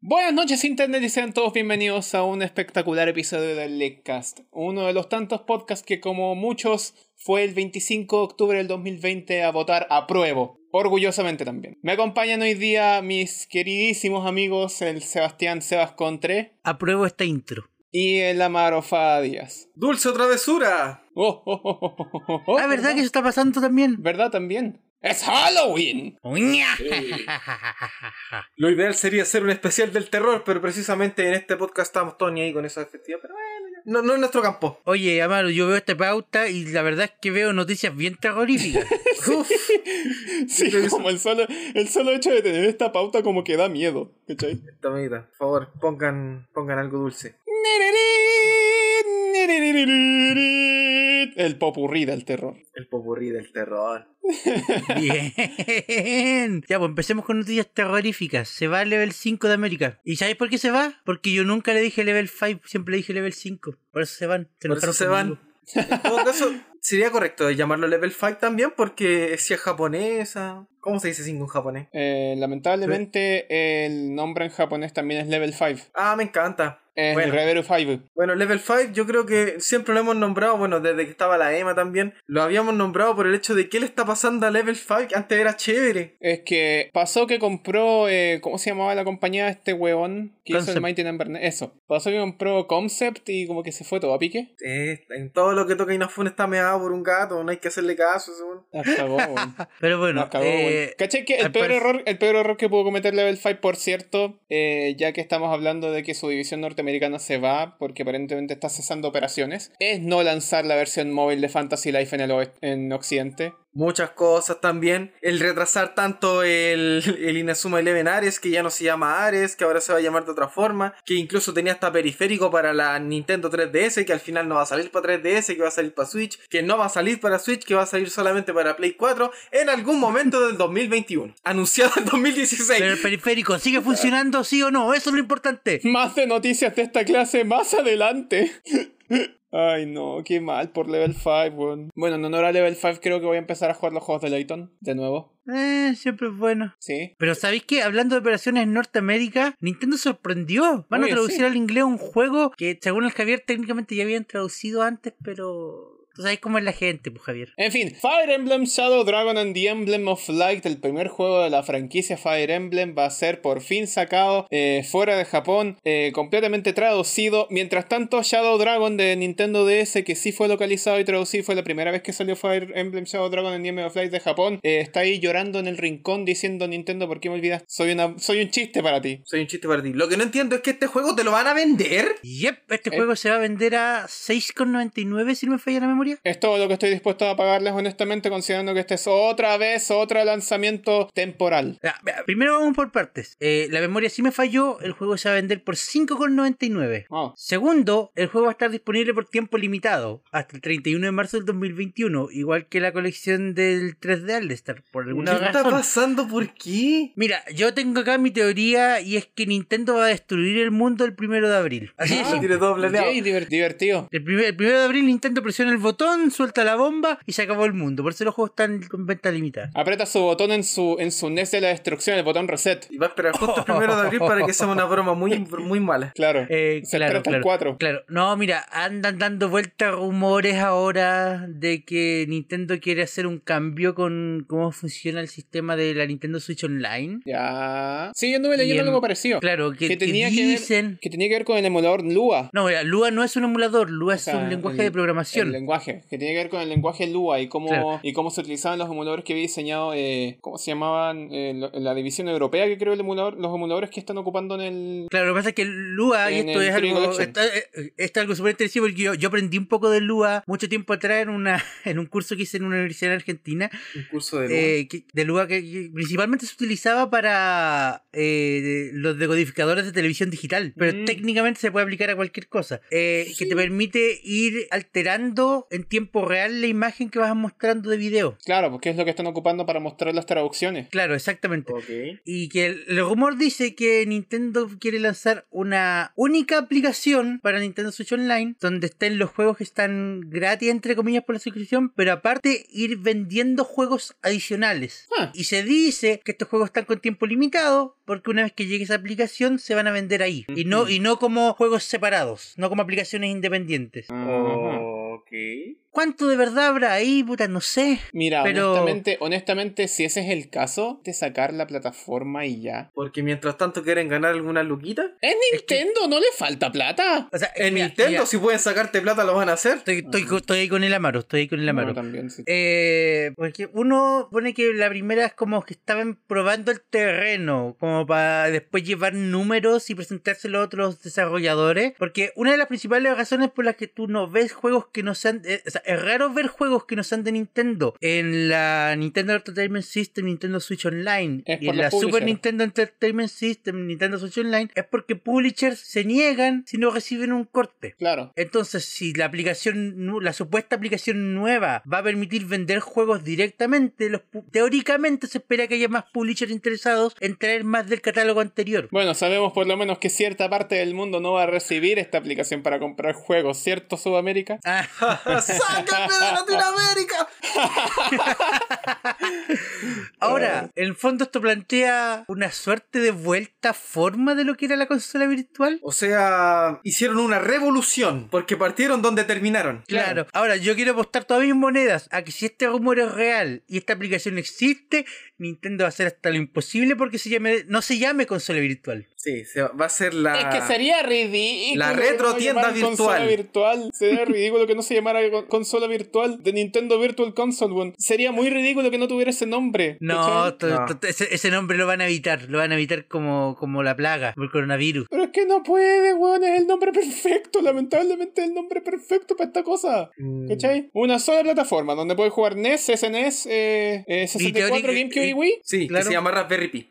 Buenas noches Internet y sean todos bienvenidos a un espectacular episodio del Leakcast, uno de los tantos podcasts que como muchos fue el 25 de octubre del 2020 a votar a pruebo, orgullosamente también. Me acompañan hoy día mis queridísimos amigos el Sebastián Sebas Contre Apruebo esta intro. y el Amaro Fada Díaz. ¡Dulce o travesura! Oh, oh, oh, oh, oh, oh, oh, ah, ¿verdad que eso está pasando también? ¿Verdad también? ¡Es Halloween! Uña. Lo ideal sería hacer un especial del terror, pero precisamente en este podcast estamos Tony ahí con esa efectiva, pero bueno, ya. no, no es nuestro campo. Oye, Amaro, yo veo esta pauta y la verdad es que veo noticias bien terroríficas. Uf, Sí, como el solo, el solo hecho de tener esta pauta como que da miedo, ¿cachai? esta amiguita, por favor, pongan, pongan algo dulce. El popurrí del terror. El popurrí del terror. bien. Ya, pues empecemos con noticias terroríficas. Se va al level 5 de América. ¿Y sabéis por qué se va? Porque yo nunca le dije level 5, siempre le dije level 5. Por eso se van. Por eso enojaron se conmigo. van. En todo caso, sería correcto llamarlo level 5 también, porque si es japonesa. ¿Cómo se dice 5 en japonés? Eh, lamentablemente el nombre en japonés también es Level 5. Ah, me encanta. Es Bueno. Reverie 5. Bueno, Level 5 yo creo que siempre lo hemos nombrado, bueno, desde que estaba la EMA también, lo habíamos nombrado por el hecho de qué le está pasando a Level 5, que antes era chévere. Es que pasó que compró, eh, ¿cómo se llamaba la compañía de este huevón? Que hizo el Concept. Mighty Number Nine? Eso. Pasó que compró Concept y como que se fue todo a pique. Eh, en todo lo que toca Inafune está meado por un gato, no hay que hacerle caso, según. Hasta vos, weón. Pero bueno, Nos cagó, eh, weón. ¿Cachai que el al peor, parecer- error, el peor error que pudo cometer Level 5, por cierto, eh, ya que estamos hablando de que su división norteamericana se va porque aparentemente está cesando operaciones, es no lanzar la versión móvil de Fantasy Life en, el oest- en Occidente. Muchas cosas también. El retrasar tanto el, el Inazuma Eleven Ares, que ya no se llama Ares, que ahora se va a llamar de otra forma, que incluso tenía hasta periférico para la Nintendo 3DS, que al final no va a salir para 3DS, que va a salir para Switch, que no va a salir para Switch, que va a salir solamente para Play 4, en algún momento del 2021. Anunciado en 2016. pero el periférico sigue funcionando, sí o no, eso es lo importante. Más de noticias de esta clase más adelante. Ay, no, qué mal por Level 5, weón. Bueno, en honor a Level 5 creo que voy a empezar a jugar los juegos de Layton, de nuevo. Eh, siempre es bueno. Sí. Pero ¿sabéis que Hablando de operaciones en Norteamérica, Nintendo sorprendió. Van Oye, a traducir sí. al inglés un juego que, según el Javier, técnicamente ya habían traducido antes, pero... Tú sabes cómo es la gente, pues, Javier. En fin, Fire Emblem Shadow Dragon and the Emblem of Light, el primer juego de la franquicia Fire Emblem, va a ser por fin sacado eh, fuera de Japón, eh, completamente traducido. Mientras tanto, Shadow Dragon de Nintendo DS, que sí fue localizado y traducido, fue la primera vez que salió Fire Emblem Shadow Dragon and the Emblem of Light de Japón, eh, está ahí llorando en el rincón diciendo Nintendo, ¿por qué me olvidas? Soy, una, soy un chiste para ti. Soy un chiste para ti. Lo que no entiendo es que este juego te lo van a vender. Yep, este Eh. juego se va a vender a 6,99 si no me falla la memoria. Es todo lo que estoy dispuesto a pagarles honestamente, considerando que este es otra vez otro lanzamiento temporal. Ya, ya, Ah, Primero vamos por partes. Eh, la memoria sí me falló, el juego se va a vender por 5,99. Oh. Segundo, el juego va a estar disponible por tiempo limitado, hasta el 31 de marzo del 2021, igual que la colección del 3D All-Star, por ¿Qué alguna está razón. pasando? ¿Por qué? Mira, yo tengo acá mi teoría y es que Nintendo va a destruir el mundo el primero de abril. Así es. Ah, tiene todo planeado. Yay, diver- divertido. El, primer- el primero de abril Nintendo presiona el botón, suelta la bomba y se acabó el mundo. Por eso los juegos están con venta limitada. Aprieta su botón en su, en su NES de la destrucción, el botón reset. Y va a esperar justo el primero de abril para que sea una broma muy, muy mala. Claro. Eh, se espera claro, hasta el claro, 4. claro. No, mira, andan dando vueltas rumores ahora de que Nintendo quiere hacer un cambio con cómo funciona el sistema de la Nintendo Switch Online. Ya. Sí, yo anduve leyendo Y en- algo parecido. Claro, que, que que tenía que, ver, dicen... que tenía que ver con el emulador Lua. No, mira, Lua no es un emulador, Lua sea, es un lenguaje el- de programación. El lenguaje, que tiene que ver con el lenguaje Lua y cómo, Claro. y cómo se utilizaban los emuladores que había diseñado, eh, ¿cómo se llamaban? Eh, lo- la división europea que creo el emulador, los emuladores que están ocupando en el... Claro, lo que pasa es que Lua, y En esto el es Three algo, Collection. esto, eh, esto es algo súper interesante porque yo, yo aprendí un poco de Lua mucho tiempo atrás en, una, en un curso que hice en una universidad en Argentina, Un curso de eh, que- de Lua que, que principalmente se utilizaba para eh, los decodificadores de televisión digital, pero Mm. técnicamente se puede aplicar a cualquier cosa, eh, que te permite ir alterando en tiempo real la imagen que vas mostrando de video. Claro, porque es lo que están ocupando para mostrar las traducciones. Claro, exactamente. Ok. Y que el, el rumor dice que Nintendo quiere lanzar una única aplicación para Nintendo Switch Online donde estén los juegos que están gratis, entre comillas, por la suscripción, pero aparte ir vendiendo juegos adicionales. Ah. Y se dice que estos juegos están con tiempo limitado porque una vez que llegue esa aplicación se van a vender ahí. Y no, y no como juegos separados, no como aplicaciones independientes. Ajá. Ok. ¿Cuánto de verdad habrá ahí? Puta, no sé. Mira, Pero- honestamente, honestamente, si ese es el caso, de sacar la plataforma y ya. Porque mientras tanto quieren ganar alguna luquita. Es que- Nintendo, no le falta plata. O sea, En mira, Nintendo, mira, si pueden sacarte plata, lo van a hacer. Estoy, estoy, co- estoy ahí con el Amaro, estoy ahí con el Amaro. Bueno, también, sí. Eh, porque uno pone que la primera es como que estaban probando el terreno, como para después llevar números y presentárselo a otros desarrolladores. Porque una de las principales razones por las que tú no ves juegos que no sean. eh, o sea, es raro ver juegos que no sean de Nintendo en la Nintendo Entertainment System, Nintendo Switch Online Es y por en los la Super publishers. Nintendo Entertainment System, Nintendo Switch Online, es porque publishers se niegan si no reciben un corte. Claro. Entonces, si la aplicación, nu- la supuesta aplicación nueva va a permitir vender juegos directamente, los pu- teóricamente se espera que haya más publishers interesados en traer más del catálogo anterior. Bueno, sabemos por lo menos que cierta parte del mundo no va a recibir esta aplicación para comprar juegos, ¿cierto, Sudamérica? Ah, ¡Sácame de Latinoamérica! ahora, en el fondo esto plantea una suerte de vuelta a forma de lo que era la consola virtual. O sea, hicieron una revolución porque partieron donde terminaron. Claro. Ahora, yo quiero apostar todas mis monedas a que si este rumor es real y esta aplicación existe, Nintendo va a hacer hasta lo imposible porque se llame, no se llame consola virtual. Sí, se- va a ser la. Es que sería ridículo. Ah, La que retro no tienda llamaran Consola virtual. virtual. Sería ridículo que no se llamara con- consola virtual de Nintendo Virtual Console, weón. Sería muy ridículo que no tuviera ese nombre. No, ¿cachai? to- No. to- to- ese, ese nombre lo van a evitar, lo van a evitar como, como la plaga, como el coronavirus. Pero es que no puede, weón. Es el nombre perfecto. Lamentablemente es el nombre perfecto para esta cosa. Mm. ¿Cachai? Una sola plataforma donde puedes jugar E NES, SNES, eh, eh, 64, Y teórica- GameCube y y- Wii. Sí, Claro. que se llama Raspberry Pi.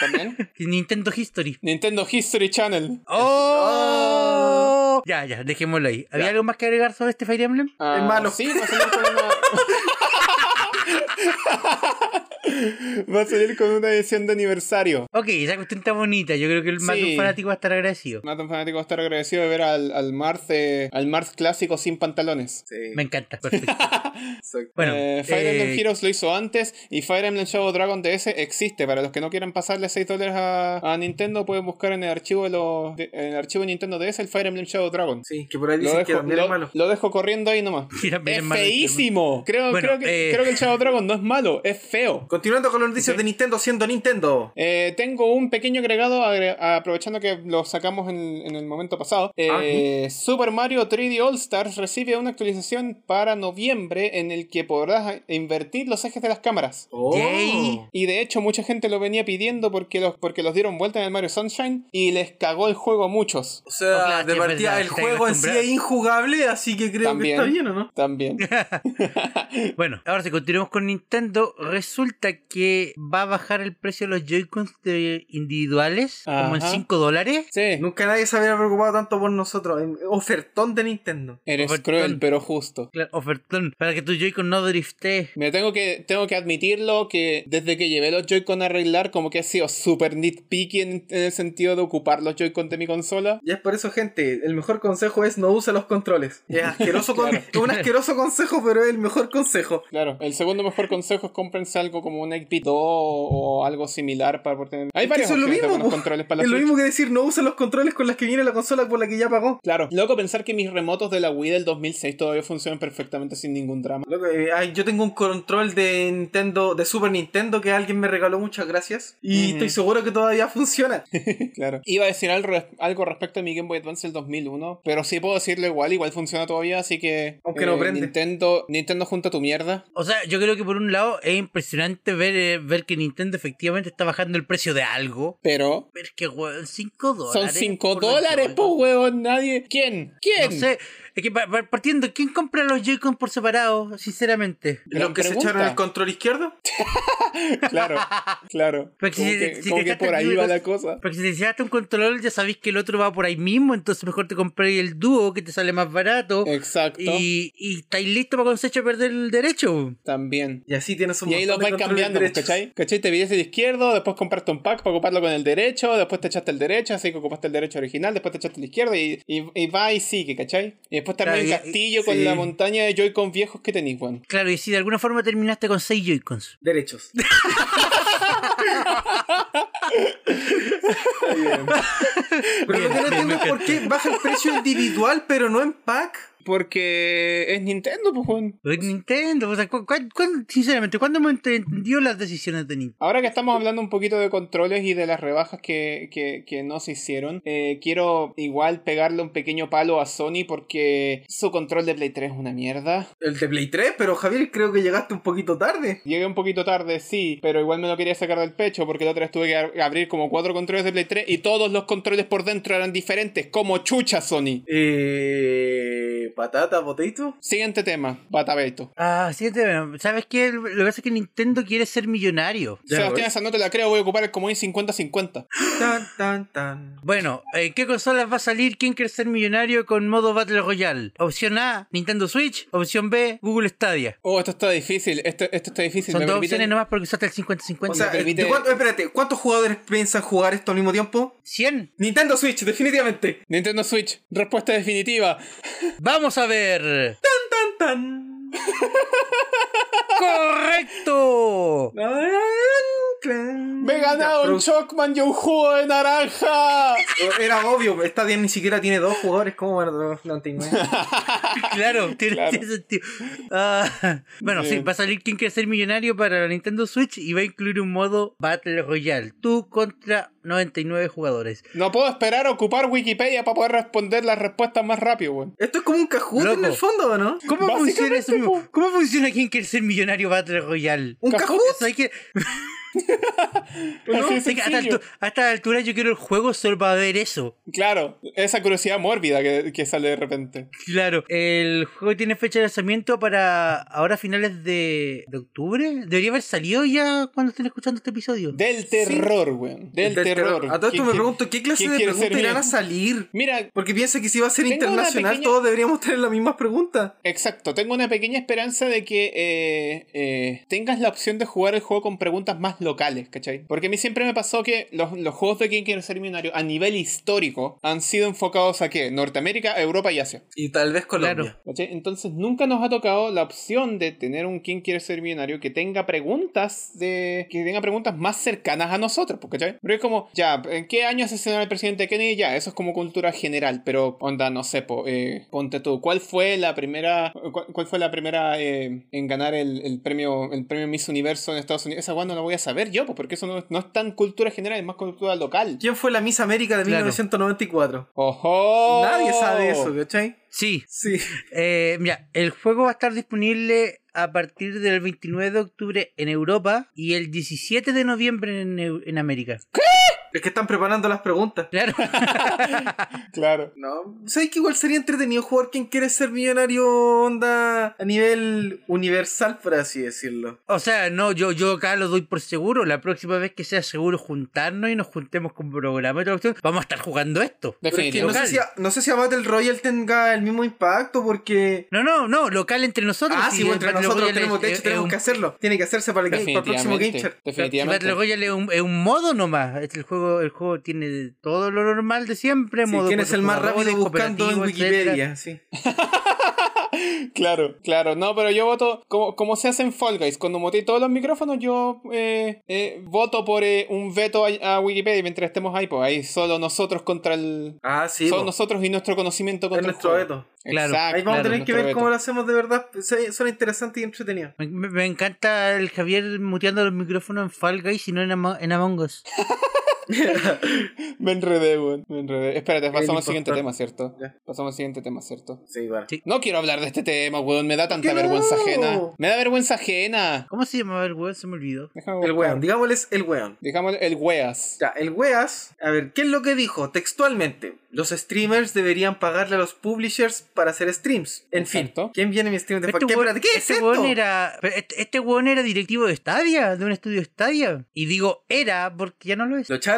También. Y Nintendo History. Nintendo History Channel. ¡Oh! Ya, ya, dejémoslo ahí. ¿Había Ya. algo más que agregar sobre este Fire Emblem? Ah, Hermano. Sí, va a salir con una. va a salir con una edición de aniversario. Ok, esa cuestión está bonita. Yo creo que el más de un Sí. fanático va a estar agradecido. Nathan Fanático va a estar agradecido de ver al, al Marth eh, al Marth clásico sin pantalones. Sí, Me encanta. Perfecto. exacto. Bueno, Eh, Fire eh, Emblem Heroes lo hizo antes y Fire Emblem Shadow Dragon DS existe. Para los que no quieran pasarle 6 dólares a, a Nintendo, pueden buscar en el archivo de los, de- en el archivo de Nintendo DS el Fire Emblem Shadow Dragon. Sí, que por ahí Lo dicen que dejo, también lo- es malo. lo dejo corriendo ahí nomás. mira, mira, Es hermano, feísimo. Creo, Bueno, creo, que, eh. creo que el Shadow Dragon no es malo, es feo. Continuando con los noticias Ok. de Nintendo siendo Nintendo. Eh, tengo un pequeño agregado, agre- aprovechando que lo sacamos en, en el momento pasado. Eh, Super Mario 3D All Stars recibe una actualización para noviembre en el que podrás invertir los ejes de las cámaras. Oh. Yay. Y de hecho mucha gente lo venía pidiendo porque los, porque los dieron vuelta en el Mario Sunshine y les cagó el juego a muchos. O sea, Oh, claro, sí, de es partida verdad, el está juego en sí acostumbrado. es injugable, así que creo También. que está bien, ¿o no? También. Bueno, ahora si continuamos con Nintendo, resulta que va a bajar el precio de los Joy-Cons de individuales, como en Ajá. 5 dólares. Sí. Nunca nadie se había preocupado tanto por nosotros. En- Ofertón de Nintendo. Eres Ofertón. cruel, pero justo. Claro, ofertón, para que tu Joy-Con no drifte. Me tengo que, tengo que admitirlo que desde que llevé los Joy-Con a arreglar, como que he sido súper nitpicky en, en el sentido de ocupar los Joy-Con de mi consola. Y es por eso, gente, el mejor consejo es no usa los controles. Es asqueroso con- Claro. es un asqueroso consejo, pero es el mejor consejo. Claro, el segundo mejor consejo es cómprense algo como un XP2 o o algo similar para poder tener. Hay que varios eso es lo mismo, po. controles para la Es lo Switch. mismo que decir no usa los controles con las que viene la consola por la que ya pagó. Claro, loco pensar que mis remotos de la Wii del 2006 todavía funcionan perfectamente sin ningún drama. Loco, eh, ay, yo tengo un control de Nintendo, de Super Nintendo que alguien me regaló, muchas gracias. Y Ujú. estoy seguro que todavía funciona. Claro. Iba a decir algo, algo respecto a mi Game Boy Advance del 2001, pero sí puedo decirlo igual, igual funciona todavía, así que... eh, Aunque no prende. Nintendo, Nintendo junta tu mierda. O sea, yo creo que por un lado es impresionante ver, eh, ver que Nintendo efectivamente está bajando el precio de algo. Pero Pero es que, weón, 5 Son dólares. 5 por los dólares, Joy-Con. po, huevón. Nadie. ¿Quién? ¿Quién? No sé, Es que pa- pa- partiendo, ¿quién compra los Joy-Con por separado? Sinceramente. Gran ¿Los que se pregunta. echaron el control izquierdo? Claro, claro. Pero que como Pues si- que, si como te que gastas por ahí mil va cosas- la cosa. Porque si te hiciste un control, ya sabéis que el otro va por ahí mismo, entonces mejor te compréis el dúo que te sale más barato. Exacto. Y, y estáis listos para cuando se eche a perder el derecho. También. Y así tienes un Y ahí los montón de vais controles cambiando, pues, derechos. ¿cachai? ¿Cachai? Te pides el izquierdo, después compraste un pack para ocuparlo con el derecho, después te echaste el derecho, así que ocupaste el derecho original, después te echaste el izquierdo y, y, y va y sigue, ¿cachai? Y después te armas Claro, un y- castillo y- con sí. la montaña de Joy-Con viejos que tenéis, weón. Claro, y si de alguna forma terminaste con seis Joy-Cons. Derechos. Está bien. Pero lo que no entiendo es por qué baja el precio individual, pero no en pack. Porque es Nintendo, pues, weón. Pero es Nintendo, o sea, ¿cu- cu- cu- sinceramente, ¿cuándo hemos entendido las decisiones de Nintendo? Ahora que estamos hablando un poquito de controles y de las rebajas que, que- que no se hicieron, eh, quiero igual pegarle un pequeño palo a Sony porque su control de Play 3 es una mierda. El de Play 3, pero Javier, creo que llegaste un poquito tarde. Llegué un poquito tarde, sí, pero igual me lo quería sacar del pecho porque la otra vez tuve que ab- abrir como cuatro controles de Play 3 y todos los controles por dentro eran diferentes, como chucha Sony. Eh, patata, potato. Siguiente tema, Batabeto. Ah, sí, te- bueno, ¿sabes qué? Lo que pasa es que Nintendo quiere ser millonario. Ya, Sebastián, voy. esa no te la creo, voy a ocupar el comodín 50-50. Tan, tan, tan. Bueno, ¿en qué consolas va a salir quién quiere ser millonario con modo Battle Royale? Opción A, Nintendo Switch. Opción B, Google Stadia. Oh, esto está difícil, esto, esto está difícil. Son ¿Me dos permiten? opciones nomás porque usaste el 50-50. O sea, Me permite- ¿de cuánto- espérate, ¿cuántos jugadores piensan jugar esto al mismo tiempo? 100. Nintendo Switch, definitivamente. Nintendo Switch, respuesta definitiva. Vamos a ver. Tan, tan. ¡Correcto! ¡Me he ganado Ya, un Shockman y un jugo de naranja! pero Era obvio, esta 10 ni siquiera tiene dos jugadores. ¿Cómo van a tener los 99? Claro, tiene, Claro. tiene sentido. Ah, bueno, sí, Bien. va a salir quien quiere ser millonario para la Nintendo Switch y va a incluir un modo Battle Royale. Tú contra 99 jugadores. No puedo esperar a ocupar Wikipedia para poder responder las respuestas más rápido, weón. Esto es como un cajut en Loco. el fondo, ¿o ¿no? ¿Cómo funciona eso Básicamente, mismo? ¿Cómo funciona quien quiere ser millonario Battle Royale? Un Cajut. cajut. Eso hay que- Así de o sea, que hasta, sencillo. altu- a esta altura yo quiero el juego solo para ver eso. Claro, esa curiosidad mórbida que, que sale de repente. Claro, el juego tiene fecha de lanzamiento para ahora finales de, de octubre. Debería haber salido ya cuando estén escuchando este episodio. Del terror, weón. Del, Del terror. A ¿Quién todo esto me quiere- pregunto, ¿qué clase quién de quiere ser preguntas irán mío? a salir? Mira, Porque piensa que si va a ser Tengo una internacional, pequeña- todos deberíamos tener las mismas preguntas. exacto, tengo una pequeña esperanza de que eh, eh, tengas la opción de jugar el juego con preguntas más locales, ¿cachai? Porque a mí siempre me pasó que los, los juegos de Quien Quiere Ser Millonario a nivel histórico han sido enfocados a qué? Norteamérica, Europa y Asia. Y tal vez Colombia. Claro. ¿Cachai? Entonces nunca nos ha tocado la opción de tener un quien quiere ser millonario que tenga preguntas de que tenga preguntas más cercanas a nosotros, pues, ¿cachai? Pero es como, ya, ¿en qué año asesinaron al presidente Kennedy? Ya, eso es como cultura general, pero onda, no sé, po, eh, ponte tú, ¿cuál fue la primera cuál, cuál fue la primera eh, en ganar el, el premio el premio Miss Universo en Estados Unidos? Esa guay no la voy a saber yo, pues, porque eso no, no es tan cultura general, es más cultura local. ¿Quién fue la Miss América de Claro. 1994? ¡Ojo! Nadie sabe eso, ¿cachai? Sí, Sí. eh, mira, el juego va a estar disponible a partir del 29 de octubre en Europa y el 17 de noviembre en, Eu- en América. Es que están preparando las preguntas. Claro. Claro. No, ¿sabes que igual sería entretenido jugar quien quiere ser millonario onda a nivel universal, por así decirlo? O sea, no, yo, yo acá lo doy por seguro. La próxima vez que sea seguro juntarnos y nos juntemos con programa y toda la cuestión, vamos a estar jugando esto. Pero es que Definitivo. no, sé si a, no sé si a Battle Royale tenga el mismo impacto porque... No, no, no, local entre nosotros. Ah, si sí, bueno, entre Battle nosotros Royale tenemos, es- de hecho, es- tenemos es que un- hacerlo. Tiene que hacerse para el, game- para el próximo Game Chat. Definitivamente. Definitivamente. Battle Royale es un, es un modo nomás. Es El juego, el juego tiene todo lo normal de siempre. Sí, modo ¿Quién es el más jugadores, rápido buscando en cooperativo, etcétera. Wikipedia? Sí. Claro, claro, no, pero yo voto, como, como se hace en Fall Guys, cuando muteé todos los micrófonos, yo eh, eh, voto por eh, un veto a, a Wikipedia mientras estemos ahí, pues ahí solo nosotros contra el... Ah, sí. solo po. nosotros y nuestro conocimiento Es contra el nuestro juego. veto. Claro. Exacto, Ahí Ah, claro, vamos a tener que nuestro ver veto. cómo lo hacemos de verdad. Se- Son interesantes y entretenidos. Me, me- me encanta el Javier muteando los micrófonos en Fall Guys y no en, Amo- en Among Us. Me enredé, weón. Me enredé. Espérate, pasamos al siguiente impostor. tema, ¿cierto? Ya. Pasamos al siguiente tema, ¿cierto? Sí, bueno. Sí. No quiero hablar de este tema, weón. Me da tanta ¿Qué no? vergüenza ajena. Me da vergüenza ajena. ¿Cómo se llamaba el weón? Se me olvidó. Déjame El buscar. weón, digámosles el weón. Digamos el weas. Ya, el weas, a ver, ¿qué es lo que dijo textualmente? Los streamers deberían pagarle a los publishers para hacer streams. En Exacto. fin, ¿quién viene mi stream de fa- Este ¿Qué, weón- espérate, ¿qué es este esto? weón era, pero este, este weón era directivo de Stadia, de un estudio de Stadia. Y digo era porque ya no lo es. Lo echaron.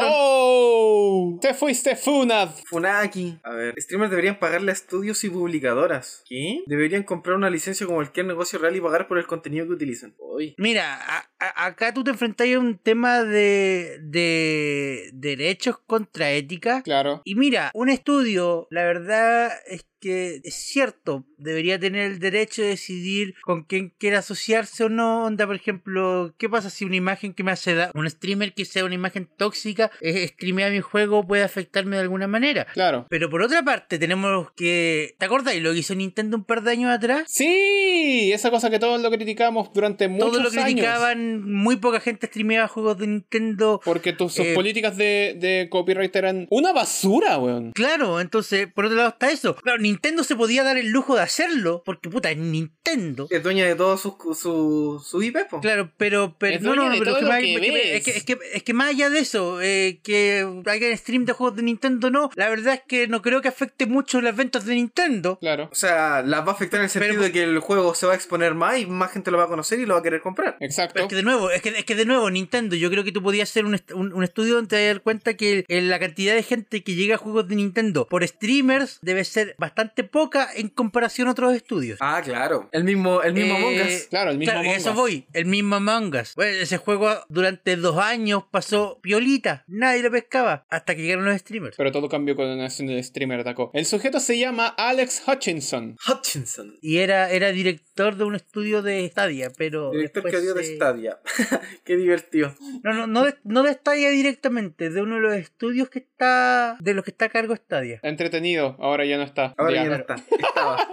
¡Oh! ¡Te fuiste, Funad! Funaki. A ver, streamers deberían pagarle a estudios y publicadoras. ¿Qué? Deberían comprar una licencia como cualquier negocio real y pagar por el contenido que utilizan. Uy. Mira, a- a- acá tú te enfrentás a un tema de, de derechos contra ética. Claro. Y mira, un estudio, la verdad es que es cierto, debería tener el derecho de decidir con quién quiere asociarse o no. Onda, por ejemplo, ¿qué pasa si una imagen que me hace da un streamer que sea una imagen tóxica, eh, streamea mi juego, puede afectarme de alguna manera? Claro. Pero por otra parte, tenemos que. ¿Te acordáis lo que hizo Nintendo un par de años atrás? Sí, esa cosa que todos lo criticamos durante muchos Todo lo años. criticaban, muy poca gente streameaba juegos de Nintendo. Porque tus sus Eh, políticas de, de copyright eran una basura, weón. Claro, entonces, por otro lado está eso. Claro, Nintendo se podía dar el lujo de hacerlo, porque puta, es Nintendo. Es dueña de todos sus su, su IP, po. Claro, pero, pero Es no, no, dueña de no, pero es que, todo más, lo que es que- ves. es que- es que- es que más allá de eso, eh, que hagan stream de juegos de Nintendo no, la verdad es que no creo que afecte mucho las ventas de Nintendo. Claro. O sea, las va a afectar en el sentido Pero- pues- de que el juego se va a exponer más y más gente lo va a conocer y lo va a querer comprar. Pero Exacto. es que de nuevo, es que, es que de nuevo, Nintendo, yo creo que tú podías hacer un, est- un, un estudio donde te vas a dar cuenta que eh, la cantidad de gente que llega a juegos de Nintendo por streamers debe ser bastante poca en comparación a otros estudios. Ah, claro. El mismo, el mismo Eh, Among Us. Claro, el mismo Claro, Among eso Us. voy, el mismo Among Us. Bueno, ese juego durante dos años pasó piolita, nadie lo pescaba, hasta que llegaron los streamers. Pero todo cambió cuando nació el streamer atacó. El sujeto se llama Alex Hutchinson. Hutchinson. Y era, era director de un estudio de Stadia, pero. Director después, que dio de eh, Stadia. Qué divertido. No, no, no de, no de Stadia directamente, de uno de los estudios que está. de los que está a cargo Stadia. Entretenido, ahora ya no está. Ahora Ya. ya no está. Estaba.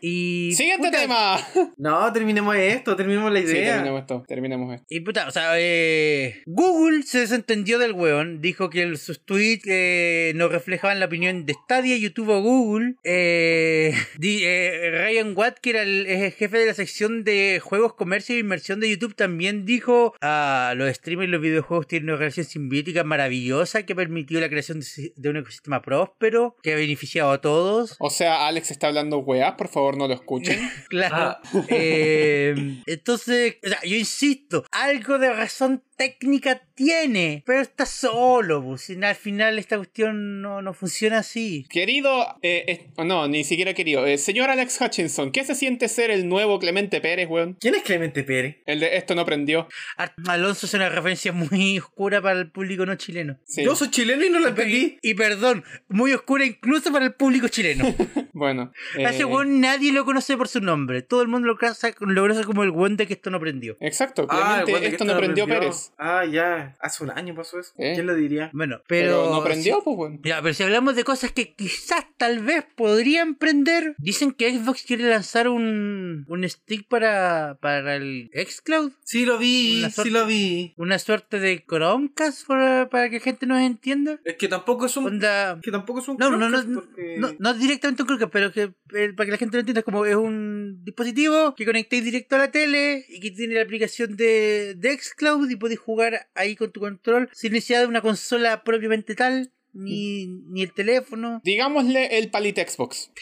Y. Siguiente puta, tema. No, terminemos esto, terminemos la Sí, idea. terminemos esto. Terminemos esto. Y puta, o sea, eh, Google se desentendió del weón. Dijo que el- sus tweets eh, no reflejaban la opinión de Stadia, YouTube o Google. Eh, di- eh, Ryan Watt, que era el, eh, jefe de la sección de juegos, comercio e inversión de YouTube, también dijo: "Ah, Los streamers y los videojuegos tienen una relación simbiótica maravillosa que permitió la creación de, si- de un ecosistema próspero que ha beneficiado a todos. O sea, Alex está hablando weas, por favor no lo escuchen. Claro. Ah. Eh, entonces, o sea, yo insisto, algo de razón técnica tiene, pero está solo. pues, si Al final esta cuestión no, no funciona así. Querido, eh, eh, oh, no, ni siquiera querido. Eh, señor Alex Hutchinson, ¿qué se siente ser el nuevo Clemente Pérez, weón? ¿Quién es Clemente Pérez? El de esto no prendió. Ar- Alonso es una referencia muy oscura para el público no chileno. Sí. Yo soy chileno y no la entendí. Y perdón, muy oscura incluso para el público chileno. Bueno. eh, A ese weón nadie lo conoce por su nombre. Todo el mundo lo conoce, lo conoce como el weón de que esto no prendió. Exacto, Ah, el Clemente, weón de que esto no prendió, Pérez. Ah, ya. Hace un año pasó eso. ¿Eh? ¿Quién lo diría? Bueno, Pero, pero. no prendió, pues, weón. Ya, pero si hablamos de cosas que quizás, tal vez, podrían prender, dicen que Xbox quiere lanzar un, un stick para, para el xCloud. Sí lo vi, Una sí suerte. lo vi. Una suerte de Chromecast para, para que gente nos entienda. Es que tampoco es un... Onda, es que tampoco es un... no, no, no, Chromecast, no, porque- no, no directamente un Chromecast, pero que, eh, para que la gente lo entienda, es como es un dispositivo que conectáis directo a la tele y que tiene la aplicación de, de xCloud y podéis jugar ahí con tu control sin necesidad de una consola propiamente tal, ni, ni el teléfono. Digámosle el palito Xbox.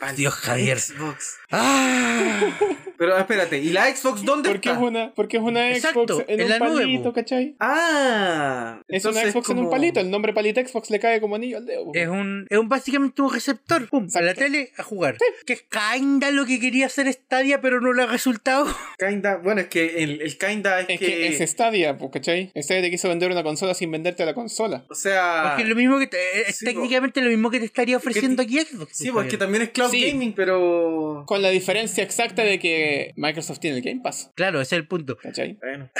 Vale, Dios, Javier. Xbox. ¡Ah! Pero espérate, ¿y la Xbox dónde Porque es está? una, porque es una Exacto, Xbox en, en un la nube, palito, po. ¿cachai? Ah. Es una entonces Xbox en un como- palito, el nombre palito Xbox le cae como anillo al dedo. pues. po. Es un, es un básicamente un receptor, pum, a la Exacto. tele a jugar. Que es kinda lo que quería hacer Stadia, pero no le ha resultado. Kinda, bueno, es que el, el kinda es, Es que... que es Stadia, pues, ¿cachai? Stadia te quiso vender una consola sin venderte la consola. O sea... Porque es lo mismo que te- es Ah. sí, técnicamente lo mismo que te estaría ofreciendo aquí Xbox. pues, Sí, pues, porque Javier. también es cloud Sí. gaming, pero... Con la diferencia exacta de que Microsoft tiene el Game Pass, Claro, ese es el punto. ¿cachai? Bueno.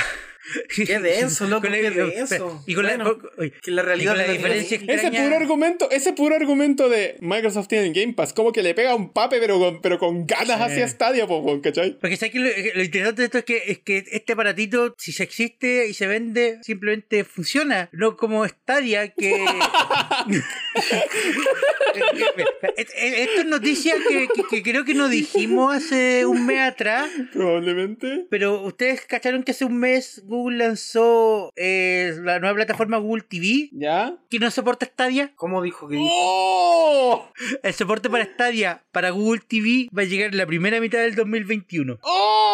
Qué denso, loco, Con la- qué denso. Y con la, Bueno, con- oye, que la realidad y con la de la diferencia realidad. Ese extraña- puro argumento, ese puro argumento de Microsoft tiene el Game Pass, como que le pega un pape, pero con, pero con ganas Sí. hacia Stadia, po, weón, ¿cachai? Porque ¿sabes qué? lo, lo interesante de esto es que, es que este aparatito, si se existe y se vende, simplemente funciona. No como Stadia, que. Es- es- Esto es noticia que, que- que creo que nos dijimos hace un mes atrás. Probablemente. Pero ustedes cacharon que hace un mes Google lanzó eh, la nueva plataforma Google TV ¿Ya? que no soporta Stadia. ¿Cómo dijo que dijo? ¡Oh! El soporte para Stadia para Google TV va a llegar en la primera mitad del 2021.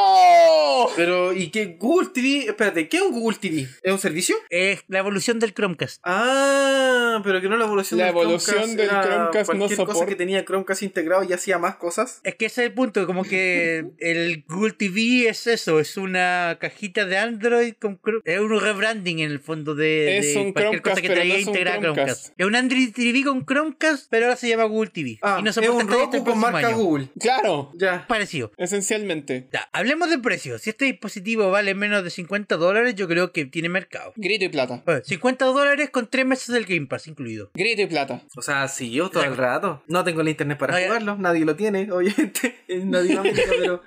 ¡Oh! Pero, ¿y qué? Google TV, espérate, ¿qué es un Google TV? ¿Es un servicio? Es la evolución del Chromecast. Ah, pero que no la evolución La del evolución Chromecast del era Chromecast no cualquier cosa soporta. que tenía Chromecast integrado y hacía más cosas. Es que ese es el punto, como que el Google TV es eso, es una cajita de Android con Chrome- es un rebranding en el fondo de, Es de un cualquier Chromecast, cosa que pero traía no es un integrada Chromecast. Chromecast. Es un Android TV con Chromecast, pero ahora se llama Google TV. Ah, y no es soporta un Stadia hasta el Roku con este próximo marca año. Google. Claro, Ya. Parecido. esencialmente. Ya, hablemos de precios. Si este dispositivo vale menos de 50 dólares, yo creo que tiene mercado. Grito y plata. Bueno, 50 dólares con 3 meses del Game Pass incluido. Grito y plata. O sea, sí, yo todo el rato. No tengo el internet para Oye. jugarlo, nadie lo tiene, obviamente, en Latinoamérica, pero...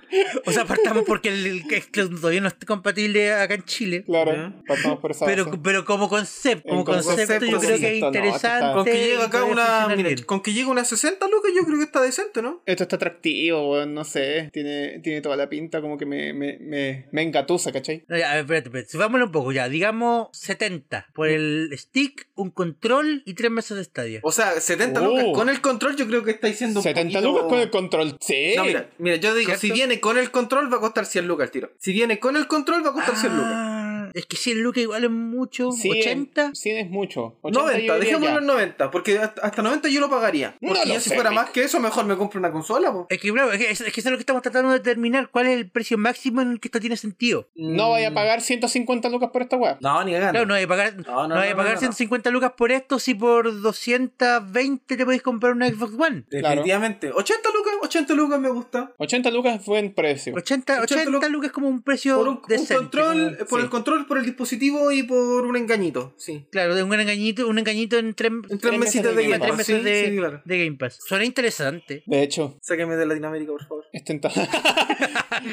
O sea, partamos porque el, el Xcloud todavía no está compatible acá en Chile. Claro, Ya. partamos por esa Pero, base. pero como concepto, como En como concepto, yo concepto, creo sí. que es Esto no, esto está- Con interesante. Con que llegue y acá puede una... funcionar mira, bien. con que llegue una 60, loco, yo creo que está decente, ¿no? Esto está atractivo, weón, no sé. Tiene, tiene toda la pinta como que me, me, me, me engatusa, ¿cachai? No, ya, a ver, espérate, espérate, subámoslo un poco ya. Digamos 70 por el stick, un control y 3 meses de estadio. O sea, 70 Oh. lucas con el control yo creo que está diciendo un 70 poquito- lucas con el control. Sí. No, mira, mira, yo digo, ¿Cierto? si viene con el control va a costar 100 lucas el tiro. Si viene con el control va a costar 100 lucas. Ah, es que 100 lucas igual es mucho. Sí, 80. 100 es mucho. 80 yo 90, diría dejémoslo ya. en 90, porque hasta hasta 90 yo lo pagaría. No Porque lo yo si sé, fuera Rick. más que eso, mejor me compro una consola, po. Es que, claro, es que, es- es que eso es lo que estamos tratando de determinar. ¿Cuál es el precio máximo en el que esto tiene sentido? No vaya a pagar 150 lucas por esta weá. Mm, No, ni cagando. Claro, Mm. no hay que pagar, No, no, no hay que no, pagar no, no. 150 lucas por esto si por 220 te podéis comprar una Xbox One. Definitivamente. 80 lucas, 80 lucas me gusta. 80 lucas es buen precio. 80, 80 80 lucas. lucas como un precio Por un, un decente, control, eh, como- por sí. el control, por el dispositivo y por un engañito, sí. Claro, de un engañito, un engañito en tres, En Tres tres meses mesitas de de Game Game tres Pass, meses sí, de, sí, claro. de Game Pass. Suena interesante. De hecho, Sáqueme de Latinoamérica, por favor. es tentador.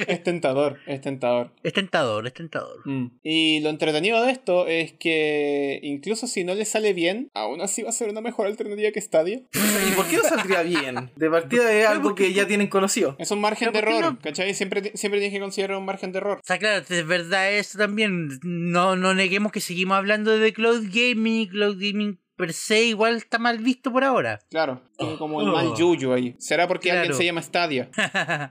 es tentador, es tentador. Es tentador, es tentador. Mm. Y lo entretenido de esto es que incluso si no le sale bien, aún así va a ser una mejor alternativa que Stadia. ¿Y por qué no saldría bien? De partida es algo que ya tienen conocido. Es un margen de Pero ¿por qué error, no? ¿cachai? Siempre, ti- siempre tienes que considerar un margen de error. O sea, claro, es verdad eso también. No, no neguemos que seguimos hablando de cloud gaming. Cloud gaming per se igual está mal visto por ahora. Claro, tiene como el Oh. mal yuyo ahí. Será porque Claro. alguien se llama Stadia.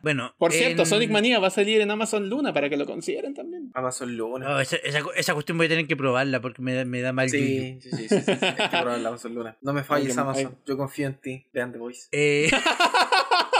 bueno. Por cierto, en- Sonic Mania va a salir en Amazon Luna para que lo consideren también. Amazon Luna. No, esa, esa- esa cuestión voy a tener que probarla porque me, da- me da mal. yuyu. Sí, sí, sí, sí, sí, sí. Hay que probar la Amazon Luna. No me falles, Hay que- Amazon. Yo confío en ti. Vean The Voice. Eh,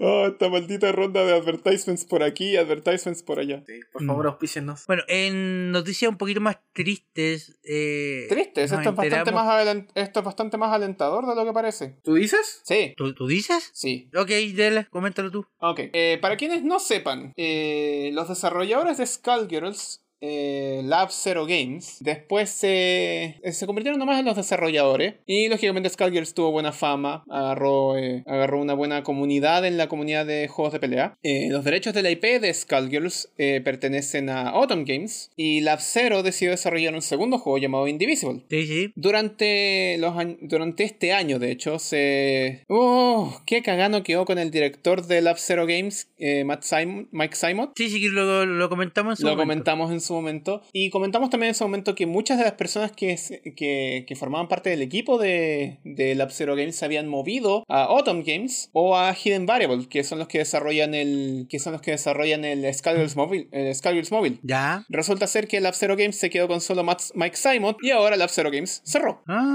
Oh, esta maldita ronda de advertisements por aquí y advertisements por allá. Sí, por favor, Mm. auspícenos. bueno, en noticias un poquito más tristes. Eh, Triste, esto, nos es bastante enteramos- más alen- esto es bastante más alentador de lo que parece. ¿Tú dices? Sí, ¿Tú, tú dices? sí. Ok, Dela, coméntalo tú. Ok. Eh, para quienes no sepan, eh, los desarrolladores de Skullgirls, eh, Lab Zero Games, después se, se convirtieron nomás en los desarrolladores. Y lógicamente Skullgirls tuvo buena fama, agarró, eh, agarró una buena comunidad en la comunidad de juegos de pelea. Eh, los derechos de la IP de Skullgirls eh, pertenecen a Autumn Games. Y Lab Zero decidió desarrollar un segundo juego llamado Indivisible. Sí, sí. Durante, los añ- durante este año, de hecho, se... ¡Oh! ¡Qué cagano quedó con el director de Lab Zero Games, eh, Matt Simon, Mike Simon! Sí, sí, que lo, lo comentamos en su Lo momento. comentamos en su momento. Y comentamos también en su momento que muchas de las personas que, se- que, que formaban parte del equipo de, de Lab Zero Games se habían movido a Autumn Games o a Hidden Variable, que son los que desarrollan el. que son los que desarrollan el Skullgirls Mobile. El Skullgirls Mobile. Ya. Resulta ser que Lab Zero Games se quedó con solo Matt- Mike Simon y ahora Lab Zero Games cerró. Ah.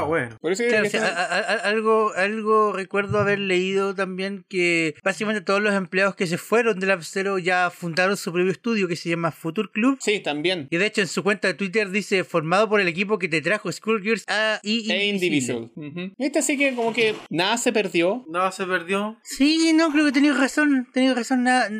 Ah, bueno. Por eso Claro, que o sea, están- a- a- a- algo, algo recuerdo haber leído también que básicamente todos los empleados que se fueron de la Zero ya fundaron su propio estudio que se llama Future Club Club. Sí, también. Y de hecho en su cuenta de Twitter dice, formado por el equipo que te trajo Skullgirls a y E Indivisible. Ujú. Viste, así que como que nada se perdió. No, se perdió. Sí, no, creo que tenéis razón, tenéis razón, nada,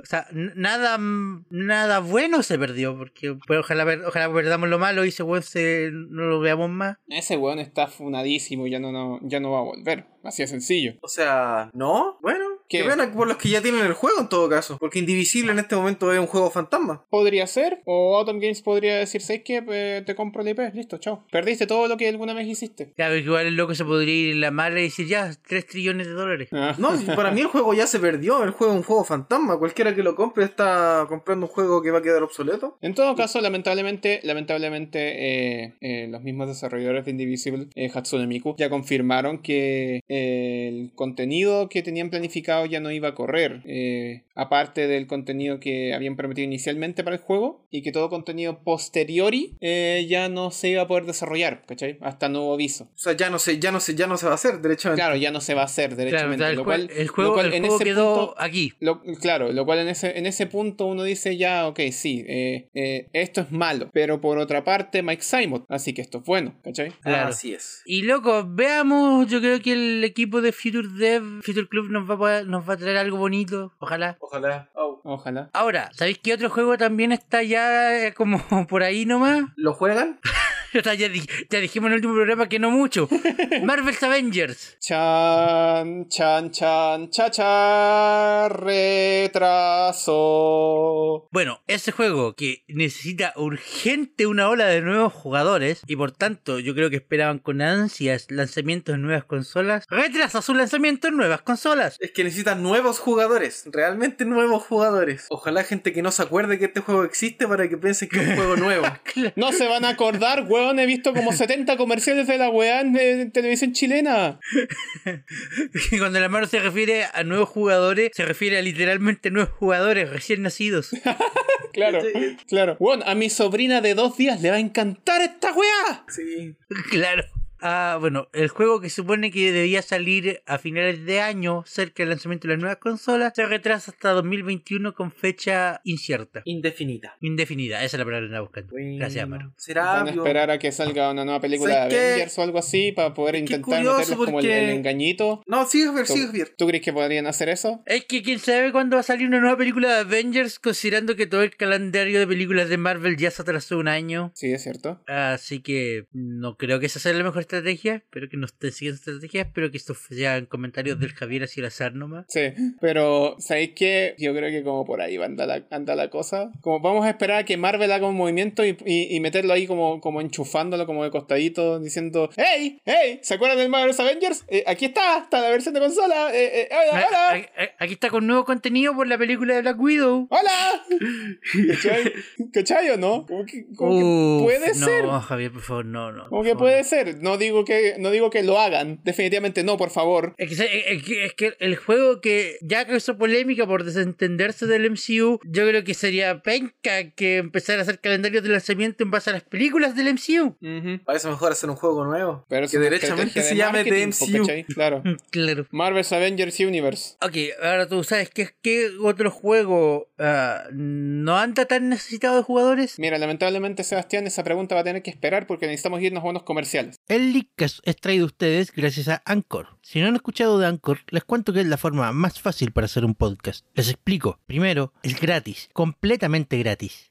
o sea, n- nada, mm, nada bueno se perdió, porque pues, ojalá, ver- ojalá perdamos lo malo y ese weón se, no lo veamos más. Ese weón está funadísimo, ya no, no, ya no va a volver. Así de sencillo. O sea, no. Bueno, ¿Qué? qué pena por los que ya tienen el juego en todo caso. Porque Indivisible en este momento es un juego fantasma. Podría ser, o Autumn Games podría decir, ¿sabes qué? Eh, te compro el IP, listo, chao. Perdiste todo lo que alguna vez hiciste. Claro, que igual el loco se podría ir en la mala y decir, ya, 3 trillones de dólares. Ah. No, si para mí el juego ya se perdió. El juego es un juego fantasma. Cualquiera que lo compre está comprando un juego que va a quedar obsoleto. En todo caso, lamentablemente, lamentablemente, eh, eh, los mismos desarrolladores de Indivisible, eh, Hatsune Miku, ya confirmaron que eh, el contenido que tenían planificado ya no iba a correr, eh, aparte del contenido que habían prometido inicialmente para el juego, y que todo contenido posteriori eh, ya no se iba a poder desarrollar, ¿cachai? Hasta nuevo aviso. O sea, ya no sé, ya no sé, ya no se va a hacer, derechamente. Claro, ya no se va a hacer, Claro, derechamente. o sea, el, lo jue- cual, el lo juego, cual el en juego ese quedó punto- aquí. lo- claro, lo cual en ese, en ese punto uno dice ya, ok, sí, eh, eh, esto es malo, pero por otra parte Mike Simon, así que esto es bueno, ¿cachai? Claro. Así es. Y loco, veamos, yo creo que el equipo de Future Dev, Future Club nos va a, poder- nos va a traer algo bonito, ojalá. Ojalá. Au. Ojalá. Ahora, ¿sabéis qué otro juego también está ya eh, como por ahí nomás? ¿Lo juegan? O sea, ya, di- ya dijimos en el último programa que no mucho. Marvel's Avengers. Chan, chan, chan, cha, cha, retraso. Bueno, ese juego que necesita urgente una ola de nuevos jugadores y por tanto yo creo que esperaban con ansias lanzamientos de nuevas consolas, retrasa su lanzamiento en nuevas consolas. Es que necesitas nuevos jugadores, realmente nuevos jugadores. Ojalá gente que no se acuerde que este juego existe para que piensen que es un juego nuevo. No se van a acordar, weón, he visto como 70 comerciales de la weá en, eh, televisión chilena. Y Cuando la mano se refiere a nuevos jugadores, se refiere a literalmente nuevos jugadores recién nacidos. Claro, Sí. claro. Weón, a mi sobrina de dos días le va a encantar esta weá. Sí. Claro. Ah, bueno, el juego que supone que debía salir a finales de año, cerca del lanzamiento de las nuevas consolas, se retrasa hasta 2021 con fecha incierta. Indefinita. Indefinida, esa es la palabra que estaba buscando. Gracias, Amaro. Será Van a esperar a que salga una nueva película de ¿Sabes qué? Avengers o algo así para poder Es que intentar curioso meterlos como el, porque- el engañito. No, sigue Javier, ¿Tú, sigue Javier. tú crees que podrían hacer eso? Es que quién sabe cuándo va a salir una nueva película de Avengers, considerando que todo el calendario de películas de Marvel ya se atrasó un año. Sí, es cierto. Así que no creo que esa sea la mejor estrategia. Espero que nos estén siguiendo estrategias. Espero que esto sean comentarios del Javier así al azar nomás. Sí, pero ¿sabéis qué? Yo creo que como por ahí va anda la, anda la cosa. Como vamos a esperar a que Marvel haga un movimiento y, y- y meterlo ahí como, como enchufándolo como de costadito, diciendo ¡Hey! ¡Hey! ¿Se acuerdan del Marvel's Avengers? Eh, aquí está, está la versión de consola. Eh, eh, ¡Hola! A- ¡Hola! a- a- Aquí está con nuevo contenido por la película de Black Widow. ¡Hola! ¿Cachai? ¿Cachai o no? Como que, como que Uf, puede no, ser. Javier, por favor, no, no. Como por que favor. puede ser, no digo que, no digo que lo hagan, definitivamente no, por favor. Es que, se- es que- es que el juego que ya causó polémica por desentenderse del MCU, yo creo que sería penca que empezara a hacer calendarios de lanzamiento en base a las películas del MCU. Parece mejor hacer un juego nuevo. Pero es que una derechamente estrategia se de llame marketing, The po, MCU. ¿cachai? Claro. Mm, Claro. Marvel's Avengers Universe. Ok, ahora tú sabes qué, qué otro juego ah, no anda tan necesitado de jugadores. Mira, lamentablemente, Sebastián, esa pregunta va a tener que esperar porque necesitamos irnos a unos comerciales. El Leadcast es traído a ustedes gracias a Anchor. Si no han escuchado de Anchor, les cuento que es la forma más fácil para hacer un podcast. Les explico. Primero, es gratis, completamente gratis.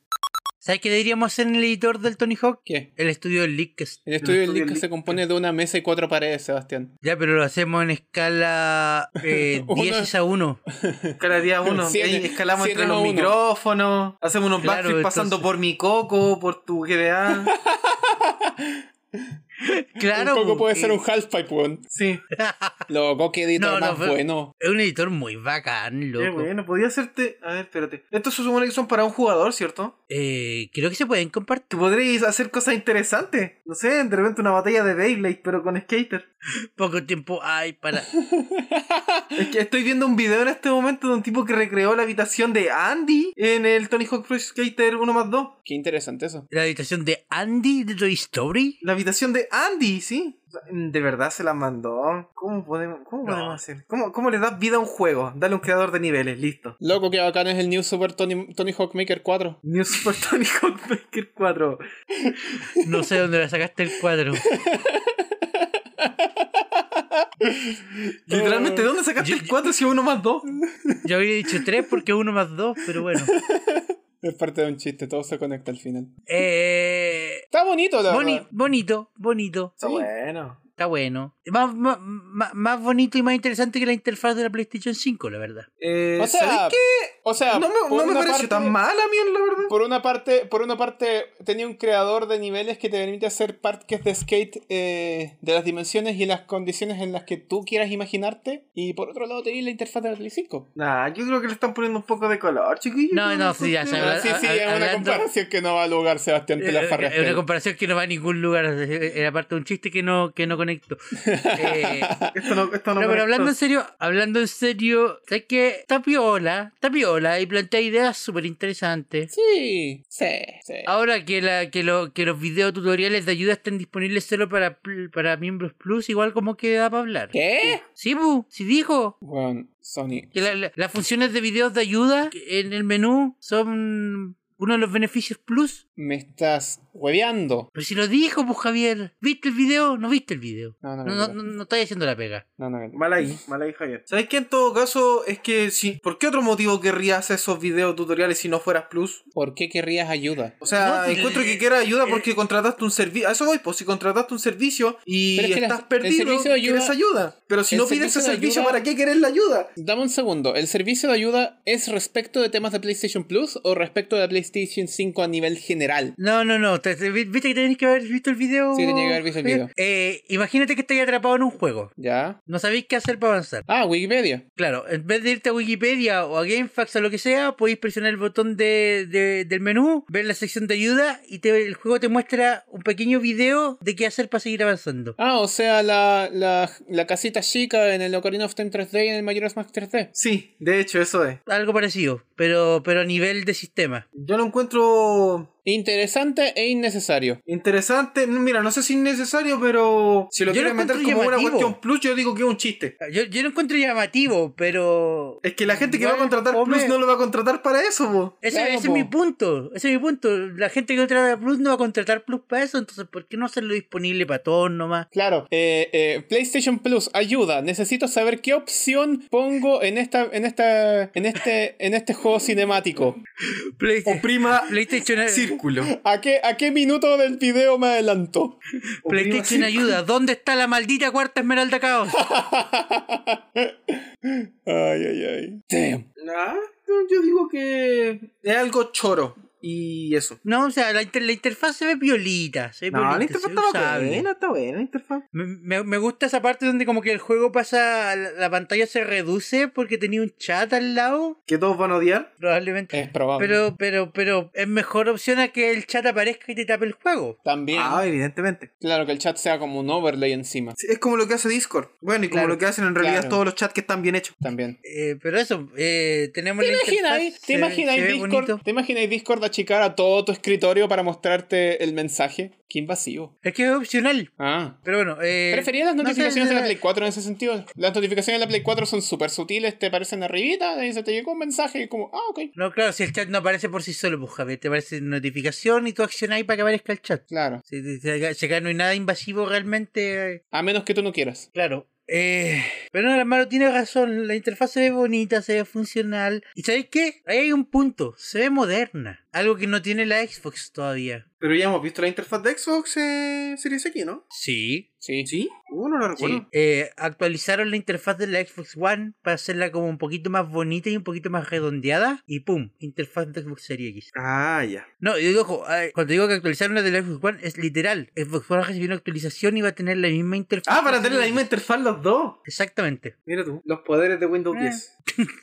¿Sabes qué deberíamos hacer en el editor del Tony Hawk? ¿Qué? El estudio del Leakcast. El estudio del estudio disco del se disco. compone de una mesa y cuatro paredes, Sebastián. Ya, pero lo hacemos en escala eh, Uno- 10 a 1. Cada día uno. Siete. ahí escalamos Siete entre los más uno. micrófonos. Hacemos unos Claro, backflips pasando entonces- por mi coco, por tu GDA. Claro. un poco po, puede eh, ser un halfpipe, weón. sí. Loco, qué editor No, no, más fue- bueno. Es un editor muy bacán, Qué loco. Eh, bueno, podía hacerte. A ver, espérate. Estos se supone que son para un jugador, ¿cierto? Eh, creo que se pueden compartir. Que podréis hacer cosas interesantes. No sé, de repente una batalla de Beyblade, pero con skater. Poco tiempo hay para. Es que estoy viendo un video en este momento de un tipo que recreó la habitación de Andy en el Tony Hawk Pro Skater 1 más 2. Qué interesante eso. La habitación de Andy de Toy Story. La habitación de Andy, sí. De verdad se la mandó. ¿Cómo podemos, cómo No. podemos hacer? ¿Cómo, ¿Cómo le das vida a un juego? Dale un creador de niveles, listo. Loco, qué bacán es el New Super Tony, Tony Hawk Maker 4. New Super Tony Hawk Maker 4. No sé dónde la sacaste el cuadro. Eh, Literalmente, ¿de dónde sacaste Yo- el 4 si es 1 más 2? Yo había dicho tres porque uno más dos, pero bueno. Es parte de un chiste, todo se conecta al final. Eh, Está bonito, la boni- verdad. bonito, bonito. Está bueno. Está bueno. Más, más, más- más bonito y más interesante que la interfaz de la PlayStation 5, la verdad. Eh, O sea, ¿sabéis qué? O sea, no me, por no me una parte- pareció tan mal a mí, la verdad. Por una parte, por una parte tenía un creador de niveles que te permite hacer parques de skate eh, de las dimensiones y las condiciones en las que tú quieras imaginarte. Y por otro lado tenías la interfaz de Play 5. Nah, Ah, yo creo que le están poniendo un poco de color, chiquillos. No, no, sí, ya Pero Habla- Ah, sí, sí, ha- es una hablando- comparación que no va a lugar, Sebastián, te la Eh, farreaste. Es una comparación que no va a ningún lugar. eh, Era parte de un chiste que no, que no conecto. Eh, Esto no, esto no No, me pero hablando en gustó. serio, hablando en serio, ¿sabes qué? Está piola, está piola y plantea ideas súper interesantes. Sí, sí, sí. Ahora que, la, que, lo- que los videotutoriales de ayuda estén disponibles solo para, pl- para miembros plus, igual como que da para hablar. ¿Qué? Sí, bu, sí dijo. Bueno, Sony. Que la- la- las funciones de videos de ayuda en el menú son uno de los beneficios plus. Me estás hueveando. Pero si lo dijo, pues Javier. ¿Viste el video? ¿No viste el video? Ah, No, no, No, no, no, no estáis haciendo la pega. no, no, no. Mal ahí, mal ahí, Javier. ¿Sabes qué? En todo caso, es que sí. ¿Por qué otro motivo querrías esos videos tutoriales si no fueras Plus? ¿Por qué querrías ayuda? O sea, No, encuentro eh, que quiera ayuda eh, porque contrataste un servicio. A eso voy, pues si contrataste un servicio y Pero es que la- estás el perdido, servicio de ayuda- quieres ayuda. Pero si el no pides ese servicio de servicio, ayuda- ¿para qué querés la ayuda? Dame un segundo. ¿El servicio de ayuda es respecto de temas de PlayStation Plus o respecto de la PlayStation 5 a nivel general? No, no, no. te- te- vi- ¿Viste que tenías que haber visto el video? Sí, tenía que haber visto el video. Eh, imagínate que estáis atrapado en un juego. ¿Ya? No sabéis qué hacer para avanzar. Ah, Wikipedia. Claro, en vez de irte a Wikipedia o a GameFAQs o lo que sea, podéis presionar el botón de, de- del menú, ver la sección de ayuda y te- el juego te muestra un pequeño video de qué hacer para seguir avanzando. Ah, o sea, la, la, la casita chica en el Ocarina of Time 3D y en el Majora's Mask 3D. Sí, de hecho, eso es. Algo parecido, pero, pero a nivel de sistema. Yo lo encuentro Interesante e innecesario. Interesante, mira, no sé si es necesario, pero si lo Yo quieres lo meter encuentro como una llamativo. cuestión plus, yo digo que es un chiste. Yo, yo lo encuentro llamativo, pero... Es que la gente que va a Igual, contratar hombre. plus no lo va a contratar para eso, po. Ese, Claro, ese es po. mi punto, ese es mi punto. La gente que contrata Plus no va a contratar Plus para eso, entonces ¿por qué no hacerlo disponible para todos nomás? Claro, eh, eh, PlayStation Plus, ayuda. Necesito saber qué opción pongo en esta, en esta, en este, en este juego cinemático. PlayStation, Oprima PlayStation, círculo. ¿A qué, a qué minuto del video me adelanto? Oprima PlayStation círculo. ayuda. ¿Dónde está la maldita cuarta esmeralda caos? Ay, ay, ay. Damn. Nah, Ah, no, yo digo que es algo choro. Y eso. No, o sea, la, inter- la interfaz se ve violita. Se ve No, la violita, interfaz se ve está usable. buena, está buena la interfaz. Me, me- me gusta esa parte donde como que el juego pasa, la, la pantalla se reduce porque tenía un chat al lado, Que todos van a odiar. probablemente. Es probable. Pero, pero, pero es mejor opción a que el chat aparezca y te tape el juego. También. Ah, evidentemente. Claro, que el chat sea como un overlay encima. Sí, Es como lo que hace Discord. Bueno, y como Claro, lo que hacen en realidad claro. todos los chats que están bien hechos. También. Eh, pero eso, eh, tenemos ¿Te la imagináis, interfaz, te se- imagináis se ve Discord, bonito. ¿Te imagináis Discord achicar a todo tu escritorio para mostrarte el mensaje? Qué invasivo. Es que es opcional. Ah. Pero bueno, eh, Prefería las no sé, notificaciones de la eh, Play 4 en ese sentido. Las notificaciones de la Play 4 son súper sutiles, te parecen arribita, te dice, te llegó un mensaje y es como, ah, ok. No, claro, si el chat no aparece por sí solo, pues Javier, te aparece notificación y tú accionáis para que aparezca el chat. Claro. Si, si- si acá no hay nada invasivo realmente, eh, A menos que tú no quieras. claro. Eh, pero no, hermano, tiene razón. La interfaz se ve bonita, se ve funcional. ¿Y sabéis qué? Ahí hay un punto. Se ve moderna. Algo que no tiene la Xbox todavía. Pero ya hemos visto la interfaz de Xbox eh, Series X, ¿no? Sí. Sí. ¿Sí? Uh, no lo recuerdo. Eh, actualizaron la interfaz de la Xbox One para hacerla como un poquito más bonita y un poquito más redondeada. Y pum, interfaz de Xbox Series X. Ah, ya. No, y digo, ojo, eh, cuando digo que actualizaron la de la Xbox One, es literal. Xbox One recibió una actualización y va a tener la misma interfaz. Ah, para tener la misma interfaz los dos. Exactamente. Mira tú, los poderes de Windows Eh. 10.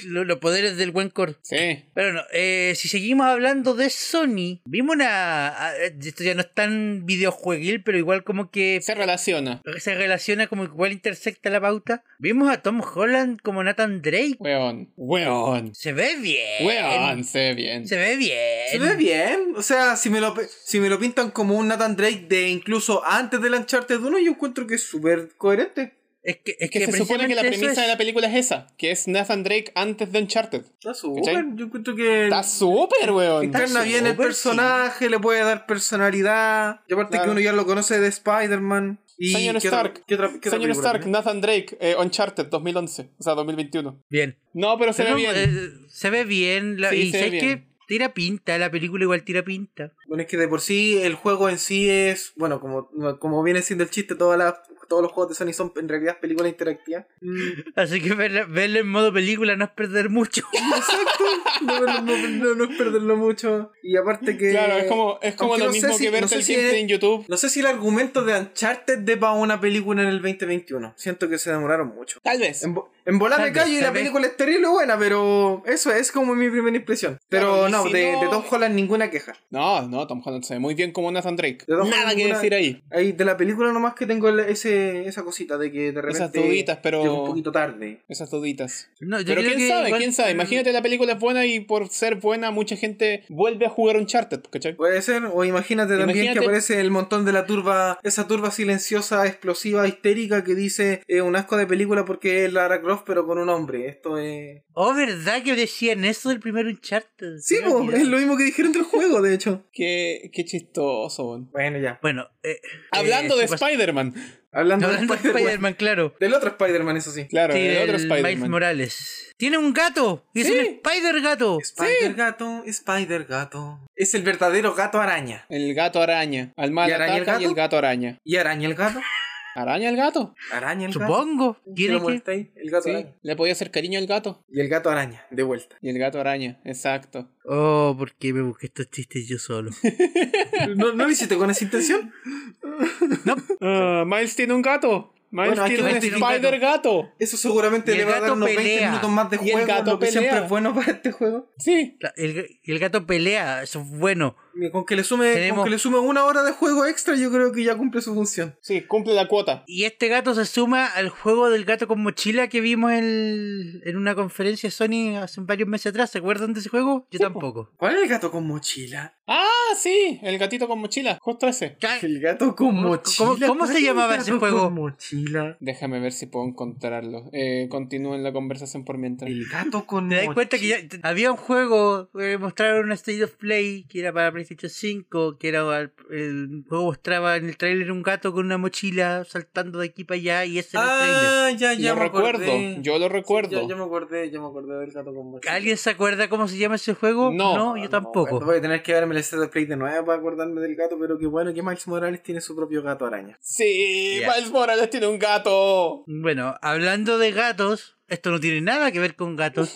Lo- los poderes del buen core. Sí. Pero no, eh, si seguimos hablando de Sony, vimos una... a- Esto ya no es tan videojueguil, pero igual como que Se relaciona. se relaciona, como igual intersecta la pauta. Vimos a Tom Holland como Nathan Drake. Weón. Weón. Se ve bien. Weón. Se ve bien. Se ve bien. Se ve bien. O sea, si me, lo, si me lo pintan como un Nathan Drake de incluso antes de Uncharted 1, yo encuentro que es súper coherente. Es que, es Es que, se supone que la precisamente eso premisa de es- la película es esa, que es Nathan Drake antes de Uncharted. Está ¿Cachai? súper. Yo encuentro que Está súper, weón. Está encarna bien el súper, personaje, le puede dar personalidad. Y aparte Claro. que uno ya lo conoce de Spider-Man. Y Señor ¿qué otra- Stark. qué otra- qué otra Señor película Stark, tiene? Nathan Drake, eh, Uncharted 2011, o sea, 2021. Bien. No, pero se ve No, bien. eh, se ve bien. la- Sí, y se ve sabes que bien. tira pinta, la película igual tira pinta. Bueno, es que de por sí el juego en sí es, bueno, como, como viene siendo el chiste, todas las, todos los juegos de Sony son en realidad películas interactivas. Así que verla, verla en modo película no es perder mucho. Exacto, no, no- no- no es perderlo mucho. Y aparte que... Claro, es como, es como aunque lo no sé mismo si- que no verte sé el si gameplay es- en YouTube. No sé si el argumento de Uncharted dé para una película en el 2021. Siento que se demoraron mucho. Tal vez. En, bo- en volar me Tal vez, callo y la tal vez. película es terrible buena, pero eso es como mi primera impresión. Pero Claro, y no, si de, no- de Tom Holland ninguna queja. No, no, Tom Holland se ve muy bien como Nathan Drake. De todas Nada formas, que ninguna- decir ahí. Ahí de la película nomás que tengo el- ese, esa cosita de que de repente Esas duditas, pero- llegó un poquito tarde. Esas duditas. No, yo Pero creo quién que sabe, igual- quién sabe. Imagínate la película es buena y por ser buena mucha gente vuelve a jugar Uncharted, ¿cachai? Puede ser, o imagínate también Imagínate- que aparece el montón de la turba, esa turba silenciosa, explosiva, histérica que dice eh, un asco de película porque es Lara Croft pero con un hombre. Esto es... Oh, ¿verdad que decían eso del primer Uncharted? Sí, Se me pues, po, olvidó. es lo mismo que dijeron del juego, de hecho. Qué, qué chistoso, weón. Bueno, ya. Bueno, eh, Hablando de eh, si pues. pasa- Spider-Man. Hablando, hablando de Spider-Man. Spider-Man, claro. Del otro Spider-Man, eso sí. Claro, Sí, el otro del Miles Spider-Man. Morales. Tiene un gato. Y es Sí. un Spider Gato. Spider-Gato, Spider-Gato. Es el verdadero gato araña. El gato araña. Al mal ¿Y araña el ataca y gato? el gato araña. ¿Y araña el gato? ¿Araña el gato? Araña el gato. Supongo. Si Tiene lo que... molestáis, El gato Sí. araña. Le podía hacer cariño al gato. Y el gato araña, de vuelta. Y el gato araña, exacto. Oh, ¿por qué me busqué estos chistes yo solo? ¿No, no lo hiciste con esa intención? Ah, Miles tiene un gato. Miles Bueno, aquí tiene un Miles tiene un gato. Spider gato. Eso seguramente Y el le va a dar gato unos pelea. 20 minutos más de Y el juego, gato lo que pelea. siempre es bueno para este juego. Sí. La- El, ga- el gato pelea, eso es bueno. Mira, Con que le sume, Tenemos- con que le sume una hora de juego extra, yo creo que ya cumple su función. Sí, cumple la cuota. Y este gato se suma al juego del gato con mochila que vimos el- en una conferencia Sony hace varios meses atrás. ¿Se acuerdan de ese juego? Sí, Yo po. tampoco. ¿Cuál es el gato con mochila? Ah, sí, el gatito con mochila, justo ese. Ca- El gato con ¿Cómo- mochila. cómo- cómo ¿Cuál se es el llamaba ese gato juego? Con mochila. Déjame ver si puedo encontrarlo. Eh, continúen la conversación por mientras. El gato con ¿Te das mochila. cuenta que ya t- había un juego, eh, mostraron un State of Play que era para PlayStation 5, que era el, el juego mostraba en el tráiler un gato con una mochila saltando de aquí para allá y ese era el tráiler. Ah, ya, ya Lo me recuerdo, acordé. yo lo recuerdo. Sí, ya, ya me acordé, ya me acordé del gato con mochila. ¿Alguien se acuerda cómo se llama ese juego? No. Ah, yo bueno, tampoco. voy a tener que verme el set de play de nuevo para acordarme del gato, pero qué bueno que Miles Morales tiene su propio gato araña. Sí, Ya. Miles Morales tiene un gato. Bueno, hablando de gatos, esto no tiene nada que ver con gatos.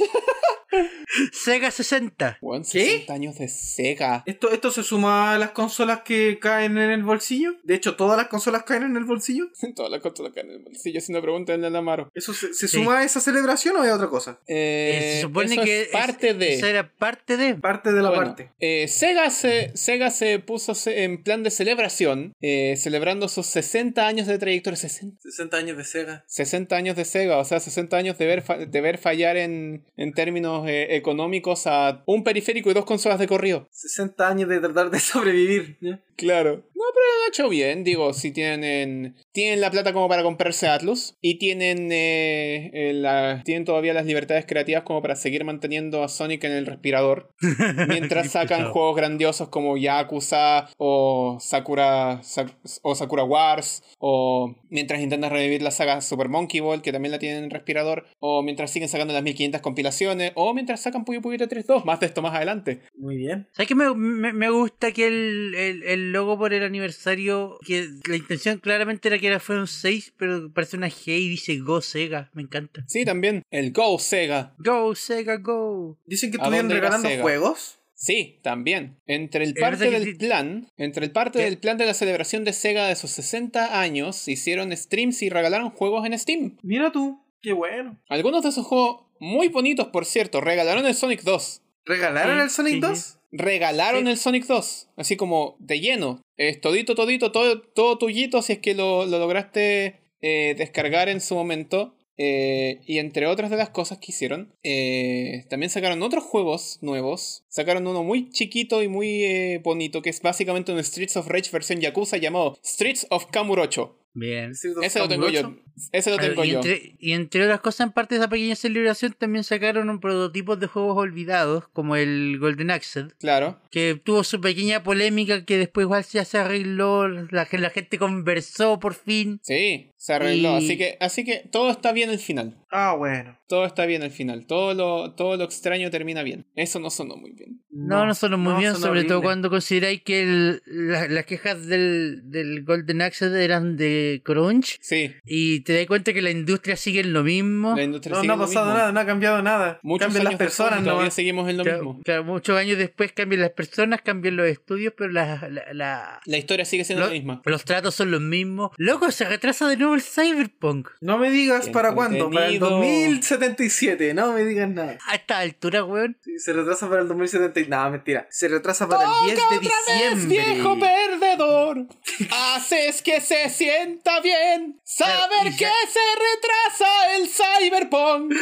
Sega 60. Weón, ¿Qué? 60 años de Sega. ¿Esto, ¿Esto se suma a las consolas que caen en el bolsillo? De hecho, todas las consolas caen en el bolsillo. Todas las cosas lo que en el bolsillo, si no pregúntenle al Amaro. ¿Eso se, se Sí. suma a esa celebración o es otra cosa? Eh, Eh, se supone eso que es parte es- de... eso era parte de. Parte de la Bueno, parte. eh, Sega, se, Sega se puso se- en plan de celebración, eh, celebrando sus 60 años de trayectoria. 60, 60 años de Sega. 60 años de Sega, o sea, 60 años de ver, fa- de ver fallar en, en términos eh, económicos a un periférico y dos consolas de corrido. 60 años de tratar de sobrevivir. ¿ya? Claro. lo han hecho bien, digo, si tienen tienen la plata como para comprarse Atlus y tienen eh, eh, la- tienen todavía las libertades creativas como para seguir manteniendo a Sonic en el respirador mientras sacan pesado. juegos grandiosos como Yakuza o Sakura Sa- o Sakura Wars o mientras intentan revivir la saga Super Monkey Ball que también la tienen en respirador o mientras siguen sacando las 1500 compilaciones o mientras sacan Puyo Puyo 3.2 más de esto más adelante Muy bien. ¿Sabes que me, me- me gusta que el, el- el logo por el aniversario, que la intención claramente era que era fuera un 6, pero parece una G y dice Go Sega, me encanta. sí también el Go Sega Go Sega Go. Dicen que ¿A estuvieron dónde irá regalando Sega? juegos. Sí, también. Entre el Es verdad parte que del sí. plan, entre el parte ¿Qué? del plan de la celebración de Sega de sus 60 años, hicieron streams y regalaron juegos en Steam. Mira tú, qué bueno. Algunos de esos juegos muy bonitos, por cierto, regalaron el Sonic 2. ¿Regalaron Sí, el Sonic sí, 2? Regalaron Sí. el Sonic 2, así como de lleno. Es todito, todito, todo, todo tuyito, si es que lo, lo lograste eh, descargar en su momento. Eh, y entre otras de las cosas que hicieron, eh, también sacaron otros juegos nuevos. Sacaron uno muy chiquito y muy eh, bonito, que es básicamente un Streets of Rage versión Yakuza llamado Streets of Kamurocho. Bien. Sí, Ese lo tengo yo. Ese lo tengo y, yo. entre, y entre otras cosas, en parte de esa pequeña celebración, también sacaron un prototipo de juegos olvidados, como el Golden Axe, Claro. que tuvo su pequeña polémica que después igual ya se arregló, la, la gente conversó por fin. Sí, se arregló. Y- Así que, así que todo está bien al final. Ah, bueno. Todo está bien al final. Todo lo, todo lo extraño termina bien. Eso no sonó muy bien. No, no sonó muy no, bien, sonó sobre todo horrible. cuando consideráis que el- la- las quejas del, del Golden Axe eran de Crunch Sí, y te das cuenta que la industria sigue en lo mismo. la industria No, sigue no ha en lo pasado mismo. nada, no ha cambiado nada. Muchos Cambian las años después personas y todavía nomás. seguimos en lo Claro, mismo. claro, muchos años después cambian las personas, cambian los estudios, pero la- la- la- La historia sigue siendo lo- la misma. los tratos son los mismos. Loco, se retrasa de nuevo el Cyberpunk. No me digas Bien para cuándo, para el contenido. 2077, no me digas nada. A esta altura, weón. Sí, se retrasa para el 2077, nada, mentira. Se retrasa para ¡Oh, el 10 de diciembre. viejo perdedor! ¡Haces que se sienta bien! Claro, ¡Saber y que ya- se retrasa el Cyberpunk!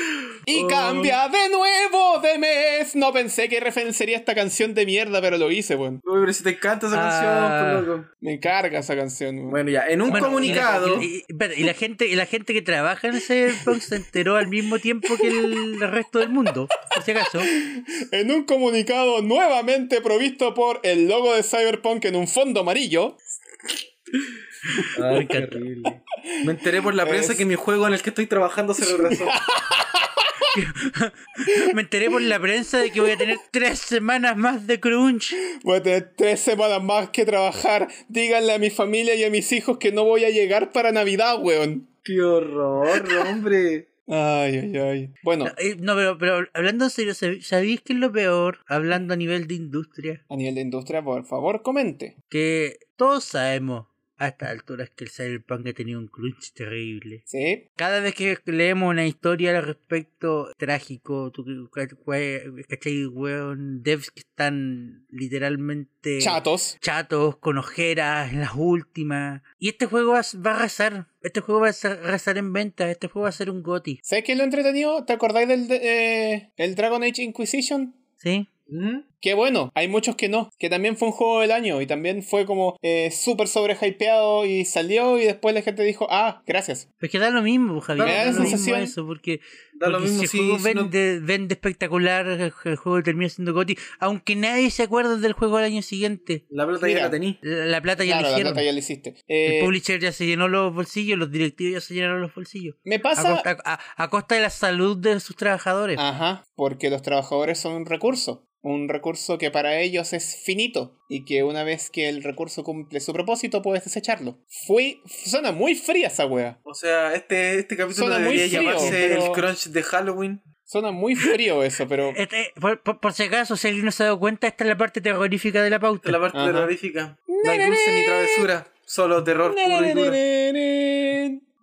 ¡Y Oh. cambia de nuevo de mes! No pensé que referenciaría esta canción de mierda, pero lo hice, weón. Uy, pero si te encanta esa Ah. canción, por loco. Me carga esa canción, weón. Bueno, ya, en un Bueno, comunicado. Y, y- espérate, y la gente, y la gente que trabaja en el Cyberpunk se enteró al mismo tiempo que el resto del mundo, por si acaso. En un comunicado nuevamente provisto por el logo de Cyberpunk en un fondo amarillo, Ay, Me encanta. terrible. Me enteré por la prensa Es- que mi juego en el que estoy trabajando se retrasó. Me enteré por la prensa de que voy a tener tres semanas más de crunch. voy a tener tres semanas más que trabajar. Díganle a mi familia y a mis hijos que no voy a llegar para Navidad, weón. Qué horror, hombre. Ay, ay, ay. Bueno, Eh, No, pero, pero hablando en serio, ¿sab- ¿sabéis qué es lo peor? Hablando a nivel de industria, a nivel de industria, por favor, comente. que todos sabemos a estas alturas que el Cyberpunk ha tenido un crunch terrible. Sí, Cada vez que leemos una historia al respecto trágico, tú, que- que- ¿cachai? Weón, devs que están literalmente chatos. chatos, con ojeras, en las últimas. Y este juego va va a arrasar. Este juego va a ser- arrasar en venta. Este juego va a ser un goti. ¿Sabes qué es lo entretenido? ¿Te acordáis del de- eh, el Dragon Age Inquisition? ¿Sí? ¿Mm? Qué bueno, hay muchos que no, que también fue un juego del año y también fue como eh, súper sobrehypeado y salió y después la gente dijo, ah, gracias. Pues que da lo mismo, Javier. Me da la lo mismo sensación- eso, porque, Da lo porque mismo si si, el juego si no- vende, vende espectacular, el el juego termina siendo goti. Aunque nadie se acuerde del juego al año siguiente. La plata Mira. ya la tení. La, la plata ya claro, la la hicieron. plata ya la hiciste. El Eh, publisher ya se llenó los bolsillos, los directivos ya se llenaron los bolsillos. me A pasa... costa, a- a costa de la salud de sus trabajadores. Ah. Ajá, porque los trabajadores son un recurso. Un recurso que para ellos es finito y que una vez que el recurso cumple su propósito puedes desecharlo. Fui, suena muy fría esa wea. O sea, este, este capítulo Suena muy debería frío, llamarse pero- el crunch de Halloween. Suena muy frío eso, pero Este, por, por- por si acaso, si alguien no se ha dado cuenta, esta es la parte terrorífica de la pauta. De la parte Ajá. terrorífica. No hay dulce ni travesura, solo terror puro y duro.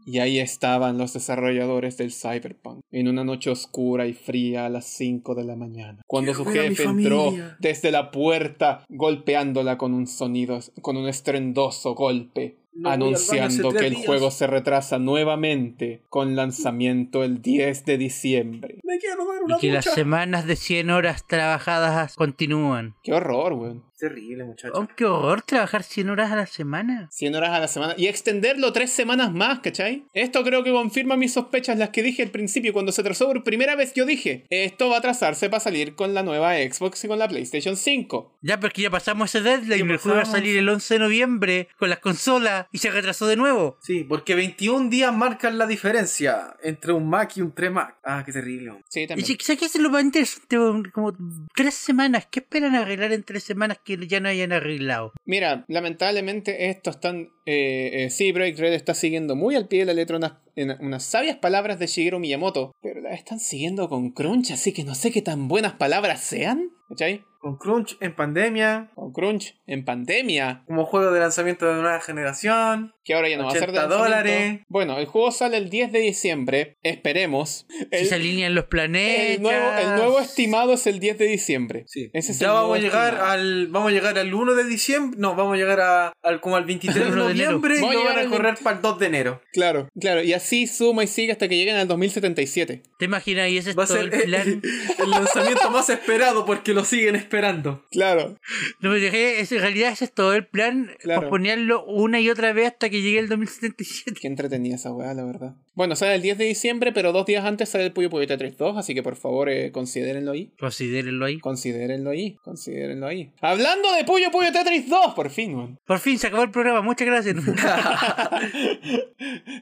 Y ahí estaban los desarrolladores del Cyberpunk, en una noche oscura y fría a las 5 de la mañana, cuando su Quiero ver a mi jefe entró familia. desde la puerta golpeándola con un sonido, con un estrendoso golpe. No voy al baño hace anunciando tres que el días. juego se retrasa nuevamente con lanzamiento el 10 de diciembre. Me quiero dar una Y que las ducha. semanas de 100 horas trabajadas continúan. Qué horror, weón. Terrible, muchachos. Oh, qué horror trabajar 100 horas a la semana. 100 horas a la semana y extenderlo tres semanas más, ¿cachai? Esto creo que confirma mis sospechas, las que dije al principio. Cuando se trazó por primera vez, yo dije: Esto va a trazarse para salir con la nueva Xbox y con la PlayStation 5. Ya, porque ya pasamos ese deadline. Ya El juego va a pasamos. salir el 11 de noviembre con las consolas y se retrasó de nuevo. Sí, porque 21 días marcan la diferencia entre un Mac y un 3 Mac. Ah, qué terrible. Sí, Y también. si- ¿sabes qué es lo más interesante? Como tres semanas. ¿Qué esperan arreglar en tres semanas que ya no hayan arreglado? Mira, lamentablemente esto están. Eh, eh, sí, Break Red está siguiendo muy al pie de la letra unas, en- unas sabias palabras de Shigeru Miyamoto, pero las están siguiendo con crunch, así que no sé qué tan buenas palabras sean, ¿cachai? Con Crunch en pandemia, Con crunch, en pandemia, como juego de lanzamiento de nueva generación. que ahora ya no va a ser de 80 lanzamiento. dólares. Bueno, el juego sale el 10 de diciembre, esperemos. si El, se alinean los planetas. el nuevo, el nuevo estimado es el 10 de diciembre. Sí. Ese es ya el vamos a nuevo llegar estimado. al vamos a llegar al 1 de diciembre, no, vamos a llegar a- al como al 23 de 1 de enero. noviembre y Vamos a lo van llegar a al correr para el 2 de enero. Claro, claro, y así suma y sigue hasta que lleguen al 2077. ¿Te imaginas? Y ese es Va a todo ser el eh, plan. el lanzamiento más esperado porque lo siguen esperando. Claro. No me dejé, es- en realidad ese es todo el plan, Claro. posponerlo una y otra vez hasta que llegue el 2077. Qué entretenida esa weá, la verdad. Bueno, sale el 10 de diciembre, pero dos días antes sale el Puyo Puyo Tetris 2, así que por favor, eh, considérenlo ahí. Considérenlo ahí. Considérenlo ahí, considérenlo ahí. Hablando de Puyo Puyo Tetris 2, por fin, weón. Por fin se acabó el programa, muchas gracias.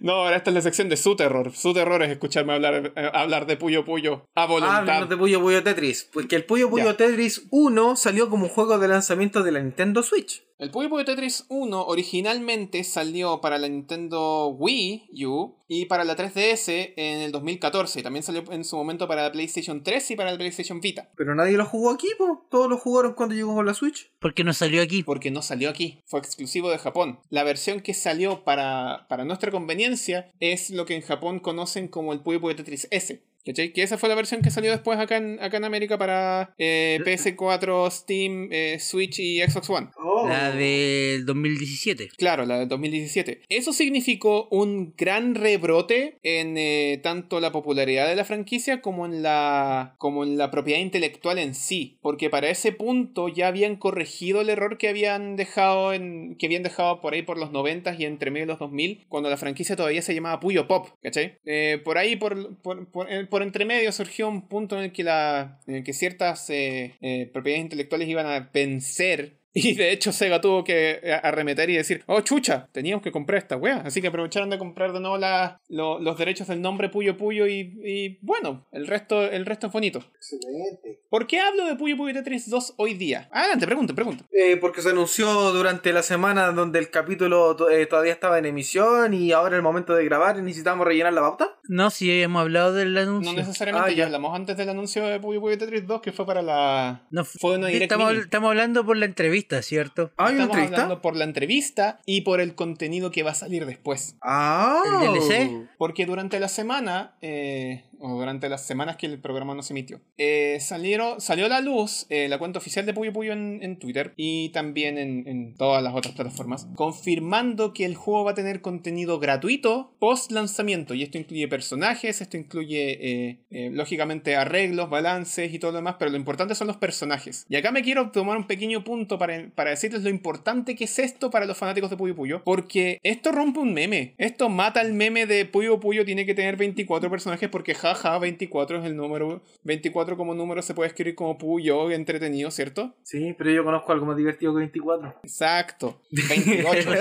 No, ahora esta es la sección de su terror. Su terror es escucharme hablar, eh, hablar de Puyo Puyo a Háblanos voluntad. de Puyo Puyo Tetris, porque el Puyo Puyo Ya. Tetris 1 salió como juego de lanzamiento de la Nintendo Switch. El Puyo Puyo Tetris 1 originalmente salió para la Nintendo Wii U y para la 3DS en el 2014. Y también salió en su momento para la PlayStation 3 y para la PlayStation Vita. Pero nadie lo jugó aquí, po. Todos lo jugaron cuando llegó con la Switch. Porque no salió aquí. porque no salió aquí, fue exclusivo de Japón. La versión que salió para, para nuestra conveniencia es lo que en Japón conocen como el Puyo Puyo Tetris S. ¿Cachai? Que esa fue la versión que salió después acá en, acá en América para eh, PS4, Steam, eh, Switch y Xbox One. Oh, La del 2017. Claro, la del 2017. Eso significó un gran rebrote en eh, tanto la popularidad de la franquicia como en la, como en la propiedad intelectual en sí, porque para ese punto ya habían corregido el error que habían dejado en que habían dejado por ahí por los 90 y entre medio de los 2000, cuando la franquicia todavía se llamaba Puyo Pop, ¿cachai? Eh, por ahí por, por, por- eh, por entre medio surgió un punto en el que la en el que ciertas eh, eh, propiedades intelectuales iban a vencer y de hecho Sega tuvo que eh, arremeter y decir, oh chucha, teníamos que comprar esta wea. Así que aprovecharon de comprar de nuevo la- lo- los derechos del nombre Puyo Puyo y, y, bueno, el resto, el resto es bonito. Excelente. ¿Por qué hablo de Puyo Puyo Tetris 2 hoy día? Adelante, pregunta, pregunta. Eh, porque se anunció durante la semana donde el capítulo to- eh, todavía estaba en emisión y ahora el momento de grabar necesitamos rellenar la pauta. No, si hemos hablado del anuncio. No necesariamente, Ah, ya. ya. hablamos antes del anuncio de Puyo Puyo Tetris 2 que fue para la... No, Fue una Direct estamos, Mini. estamos hablando por la entrevista, ¿cierto? Ah, ¿Hay una Estamos entrevista? hablando por la entrevista y por el contenido que va a salir después. Ah. ¿El DLC? Porque durante la semana, eh, o durante las semanas que el programa no se emitió, eh, salieron, salió a la luz eh, la cuenta oficial de Puyo Puyo en, en Twitter y también en, en todas las otras plataformas, confirmando que el juego va a tener contenido gratuito post lanzamiento. Y esto incluye personajes, esto incluye, eh, eh, lógicamente, arreglos, balances y todo lo demás, pero lo importante son los personajes. Y acá me quiero tomar un pequeño punto para, para decirles lo importante que es esto para los fanáticos de Puyo Puyo, porque esto rompe un meme. Esto mata el meme de Puyo Puyo tiene que tener 24 personajes porque jaja, 24 es el número. 24 como número se puede escribir como Puyo, entretenido, ¿cierto? Sí, pero yo conozco algo más divertido que 24. Exacto. 28.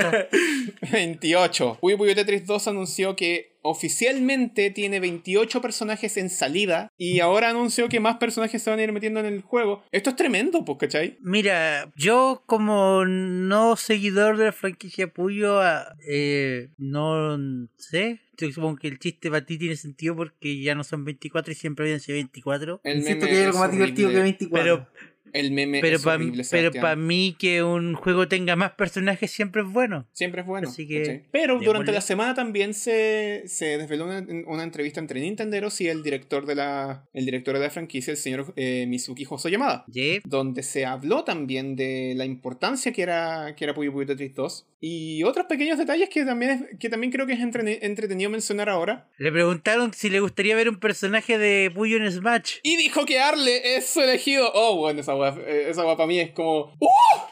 28. Puyo Puyo Tetris 2 anunció que oficialmente tiene 28 personajes en salida y ahora anunció que más personajes se van a ir metiendo en el juego. Esto es tremendo, pues, ¿cachai? Mira, yo como no seguidor de la franquicia Puyo, ah, eh, no sé. Yo supongo que el chiste para ti tiene sentido porque ya no son 24 y siempre habían sido 24. El Insisto meme que hay algo es más divertido que horrible. 24. El meme Pero es para horrible, pero Sebastián. pa mí que un juego tenga más personajes siempre es bueno. Siempre es bueno. Así que- ¿cachai? Pero Démosle. durante la semana también se, se desveló una, una entrevista entre Nintenderos y el director de la, el director de la franquicia, el señor eh, Mizuki Hosoyamada. Yeah. donde se habló también de la importancia que era, que era Puyo Puyo Tetris 2 Y otros pequeños detalles que también, es- que también creo que es entrene- entretenido mencionar ahora. Le preguntaron si le gustaría ver un personaje de Puyo en Smash. Y dijo que Arle es su elegido. Oh, bueno, esa guapa esa wea para mí es como... ¡Uh!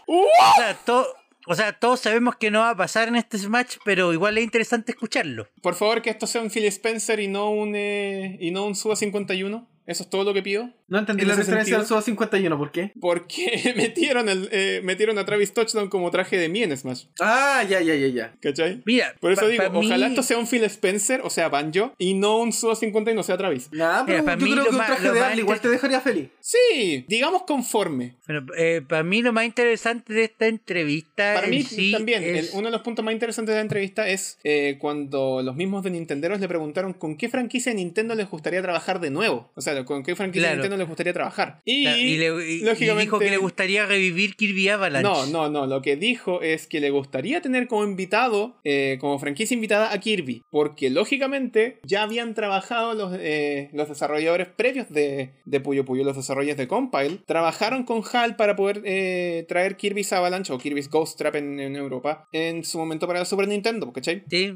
¡Uh! O sea, to- o sea, todos sabemos que no va a pasar en este Smash, pero igual es interesante escucharlo. Por favor, que esto sea un Phil Spencer y no un, eh, y no un Suba 51. Eso es todo lo que pido. No entendí ¿En la ese referencia sentido? al Suda 51, ¿por qué? Porque metieron, el, eh, metieron a Travis Touchdown como traje de mí en Smash. Ah, ya, ya, ya, ya. ¿Cachai? Mira, Por eso pa- digo, pa' mí- ojalá esto sea un Phil Spencer, o sea, Banjo, y no un Suba 50 y no sea Travis. Nah, pero Mira, para yo mí creo lo que un más- traje lo de más Arle igual te inter- dejaría feliz. Sí, digamos conforme. Bueno, eh, para mí lo más interesante de esta entrevista Para en mí Ah, sí también, el- es- uno de los puntos más interesantes de la entrevista es eh, cuando los mismos de Nintenderos le preguntaron con qué franquicia de Nintendo les gustaría trabajar de nuevo. O sea, con qué franquicia de Claro. Nintendo les gustaría trabajar. Y, Claro, y, le- y- y lógicamente, dijo que le gustaría revivir Kirby Avalanche. No, no, no. Lo que dijo es que le gustaría tener como invitado, eh, como franquicia invitada a Kirby. Porque lógicamente ya habían trabajado los, eh, los desarrolladores previos de, de Puyo Puyo, los desarrolladores de Compile. Trabajaron con HAL para poder eh, traer Kirby's Avalanche o Kirby's Ghost Trap en, en Europa en su momento para la Super Nintendo, ¿cachai? Sí.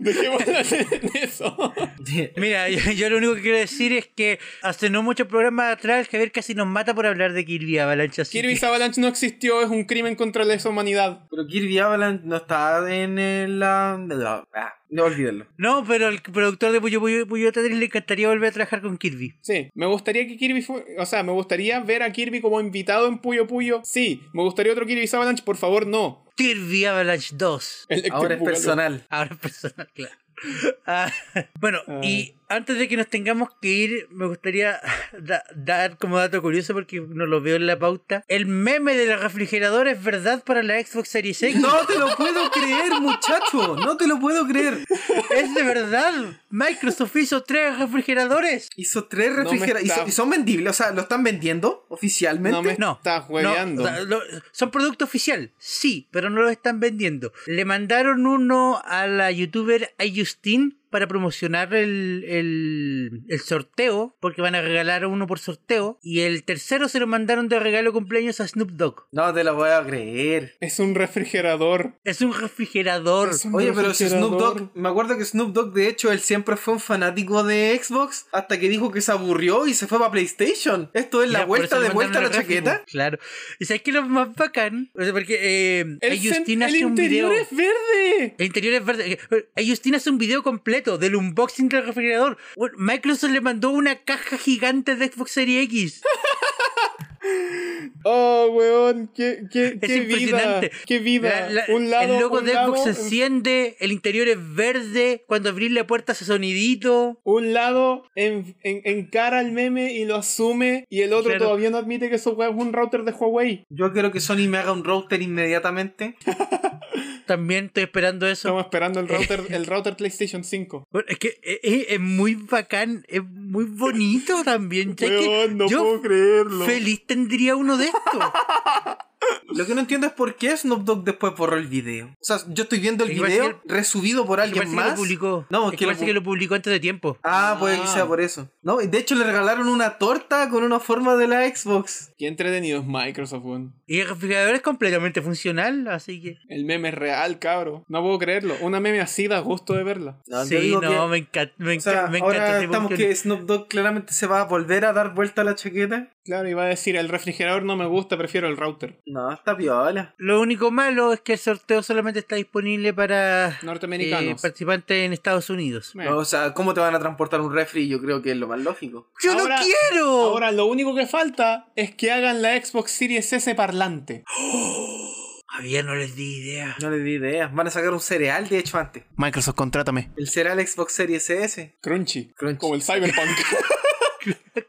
Dejémoslo en eso. Mira, yo, yo lo único que quiero decir es que hace no muchos programas atrás el Javier casi nos mata por hablar de Kirby Avalanche. así Kirby's Avalanche no existió, es un crimen contra la humanidad. Pero Kirby Avalanche no está en el, la... la- ah, no olvídenlo. que- No, pero al productor de Puyo Puyo, Puyo 3 le encantaría volver a trabajar con Kirby. Sí, me gustaría que Kirby fue, o sea, me gustaría ver a Kirby como invitado en Puyo Puyo. Sí, me gustaría otro Kirby Avalanche, por favor, no. Kirby Avalanche 2. Electric Ahora es Boogaloo. personal. Ahora es personal, claro. Ah, bueno, Ah. y antes de que nos tengamos que ir, me gustaría da- dar como dato curioso porque no lo veo en la pauta. El meme del refrigerador es verdad para la Xbox Series X. No te lo puedo creer, muchacho. No te lo puedo creer. Es de verdad. Microsoft hizo tres refrigeradores. Hizo tres No me refrigeradores. está- ¿Y son vendibles? O sea, ¿lo están vendiendo oficialmente? No me No, estás No, hueveando. o sea, lo- son producto oficial, sí, pero no los están vendiendo. Le mandaron uno a la youtuber Ayustin para promocionar el, el- el sorteo, porque van a regalar uno por sorteo. Y el tercero se lo mandaron de regalo de cumpleaños a Snoop Dogg. No te lo puedo creer. Es un refrigerador. Es un refrigerador. Es un Oye, pero si Snoop refrigerador. Dogg, me acuerdo que Snoop Dogg, de hecho, él siempre fue un fanático de Xbox hasta que dijo que se aburrió y se fue para PlayStation. Esto es la Ya, por vuelta eso le de vuelta a la mandaron el refri, chaqueta. Claro. ¿Y sabes qué es lo más bacán? O sea, porque eh, El, Ayustin cen- el hace un video. interior es verde. El interior es verde. Eh, Justin hace un video completo del unboxing del refrigerador. Bueno, Microsoft le mandó una caja gigante de Xbox Series X. Oh, weón, qué, qué, Es qué vida. impresionante. Qué vida. La- la- un lado, el logo un de Xbox lado, se enciende, el interior es verde. Cuando abrís la puerta hace sonidito. un lado en- en- encara el meme y lo asume, y el otro Claro. todavía no admite que eso weón, es un router de Huawei. Yo quiero que Sony me haga un router inmediatamente. También estoy esperando eso. Estamos esperando el router, el router PlayStation 5. Bueno, es que eh, eh, es, muy bacán, es muy bonito también. ¿sabes qué? Weón, no yo puedo creerlo. feliz tendría uno de estos. Lo que no entiendo es por qué Snoop Dogg después borró el video. O sea, yo estoy viendo el Igual video que resubido por Parece alguien que más. lo publicó. No, Es que que lo parece que lo publicó antes de tiempo. Ah, pues Ah. sea por eso. No, y de hecho le regalaron una torta con una forma de la Xbox. Qué entretenido es Microsoft, weón. Y el refrigerador es completamente funcional, así que. El meme es real, cabro. No puedo creerlo. Una meme así da gusto de verla. No, Ah, yo sí, digo no, que- me encanta, me, o sea, encanta, me encanta ahora este estamos Pokémon. que Snoop Dogg claramente se va a volver a dar vuelta a la chaqueta. Claro, iba a decir, el refrigerador no me gusta, prefiero el router. No, está piola. Lo único malo es que el sorteo solamente está disponible para eh, Norteamericanos. participantes en Estados Unidos. Eh. No, o sea, ¿cómo te van a transportar un refri? Yo creo que es lo más lógico. ¡Yo Ahora- no quiero! Ahora lo único que falta es que hagan la Xbox Series S parlante. Todavía Ah, no les di idea. No le di idea. Van a sacar un cereal, de hecho, antes. Microsoft, contrátame. El cereal Xbox Series S. Crunchy. Crunchy. Como el Cyberpunk.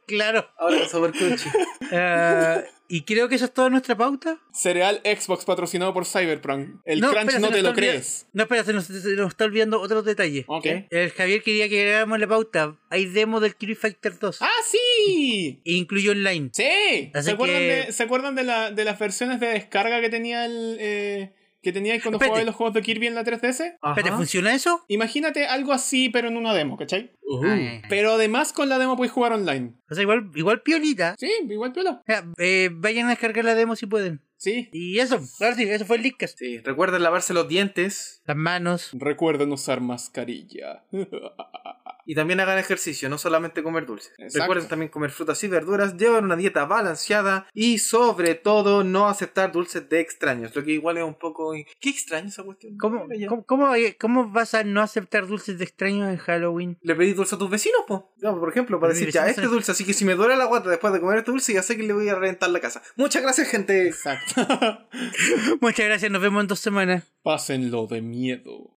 claro. Ahora sobre Crunchy. Ah, y creo que eso es toda nuestra pauta. Cereal Xbox patrocinado por Cyberpunk. El crunch espera, se no nos te está lo olvida- crees. No, espera, se nos, se nos está olvidando otro detalle. Ok. El Javier quería que grabáramos la pauta. Hay demo del Kirby Fighter 2. ¡Ah, sí! E incluye online. Sí. Así ¿Se acuerdan, que- de, ¿se acuerdan de, la- de las versiones de descarga que tenía el eh, que teníais cuando Espérate. jugabais los juegos de Kirby en la 3DS. Espérate, Ajá. ¿funciona eso? Ah, Imagínate algo así, pero en una demo, ¿cachai? Uh. Ay, ay, ay. Pero además con la demo podéis jugar online. O sea, igual, igual piolita. Sí, igual piola. Ya, eh, vayan a descargar la demo si pueden. Sí. Y eso, ahora sí, eso fue el Leakcast. Sí, recuerden lavarse los dientes Las manos. Recuerden usar mascarilla. y también hagan ejercicio, no solamente comer dulces. Exacto. Recuerden también comer frutas y verduras, llevar una dieta balanceada y sobre todo no aceptar dulces de extraños, lo que igual es un poco... ¿Qué extraño esa cuestión? ¿Cómo, Ya. cómo, cómo, eh, cómo vas a no aceptar dulces de extraños en Halloween? ¿Le pedís dulce a tus vecinos, po? No, por ejemplo, para Mis decir, ya, vecinos este son- dulce, así que si me duele la guata después de comer este dulce, ya sé que le voy a reventar la casa. Muchas gracias, gente. Exacto. Muchas gracias, nos vemos en dos semanas. Pásenlo de miedo.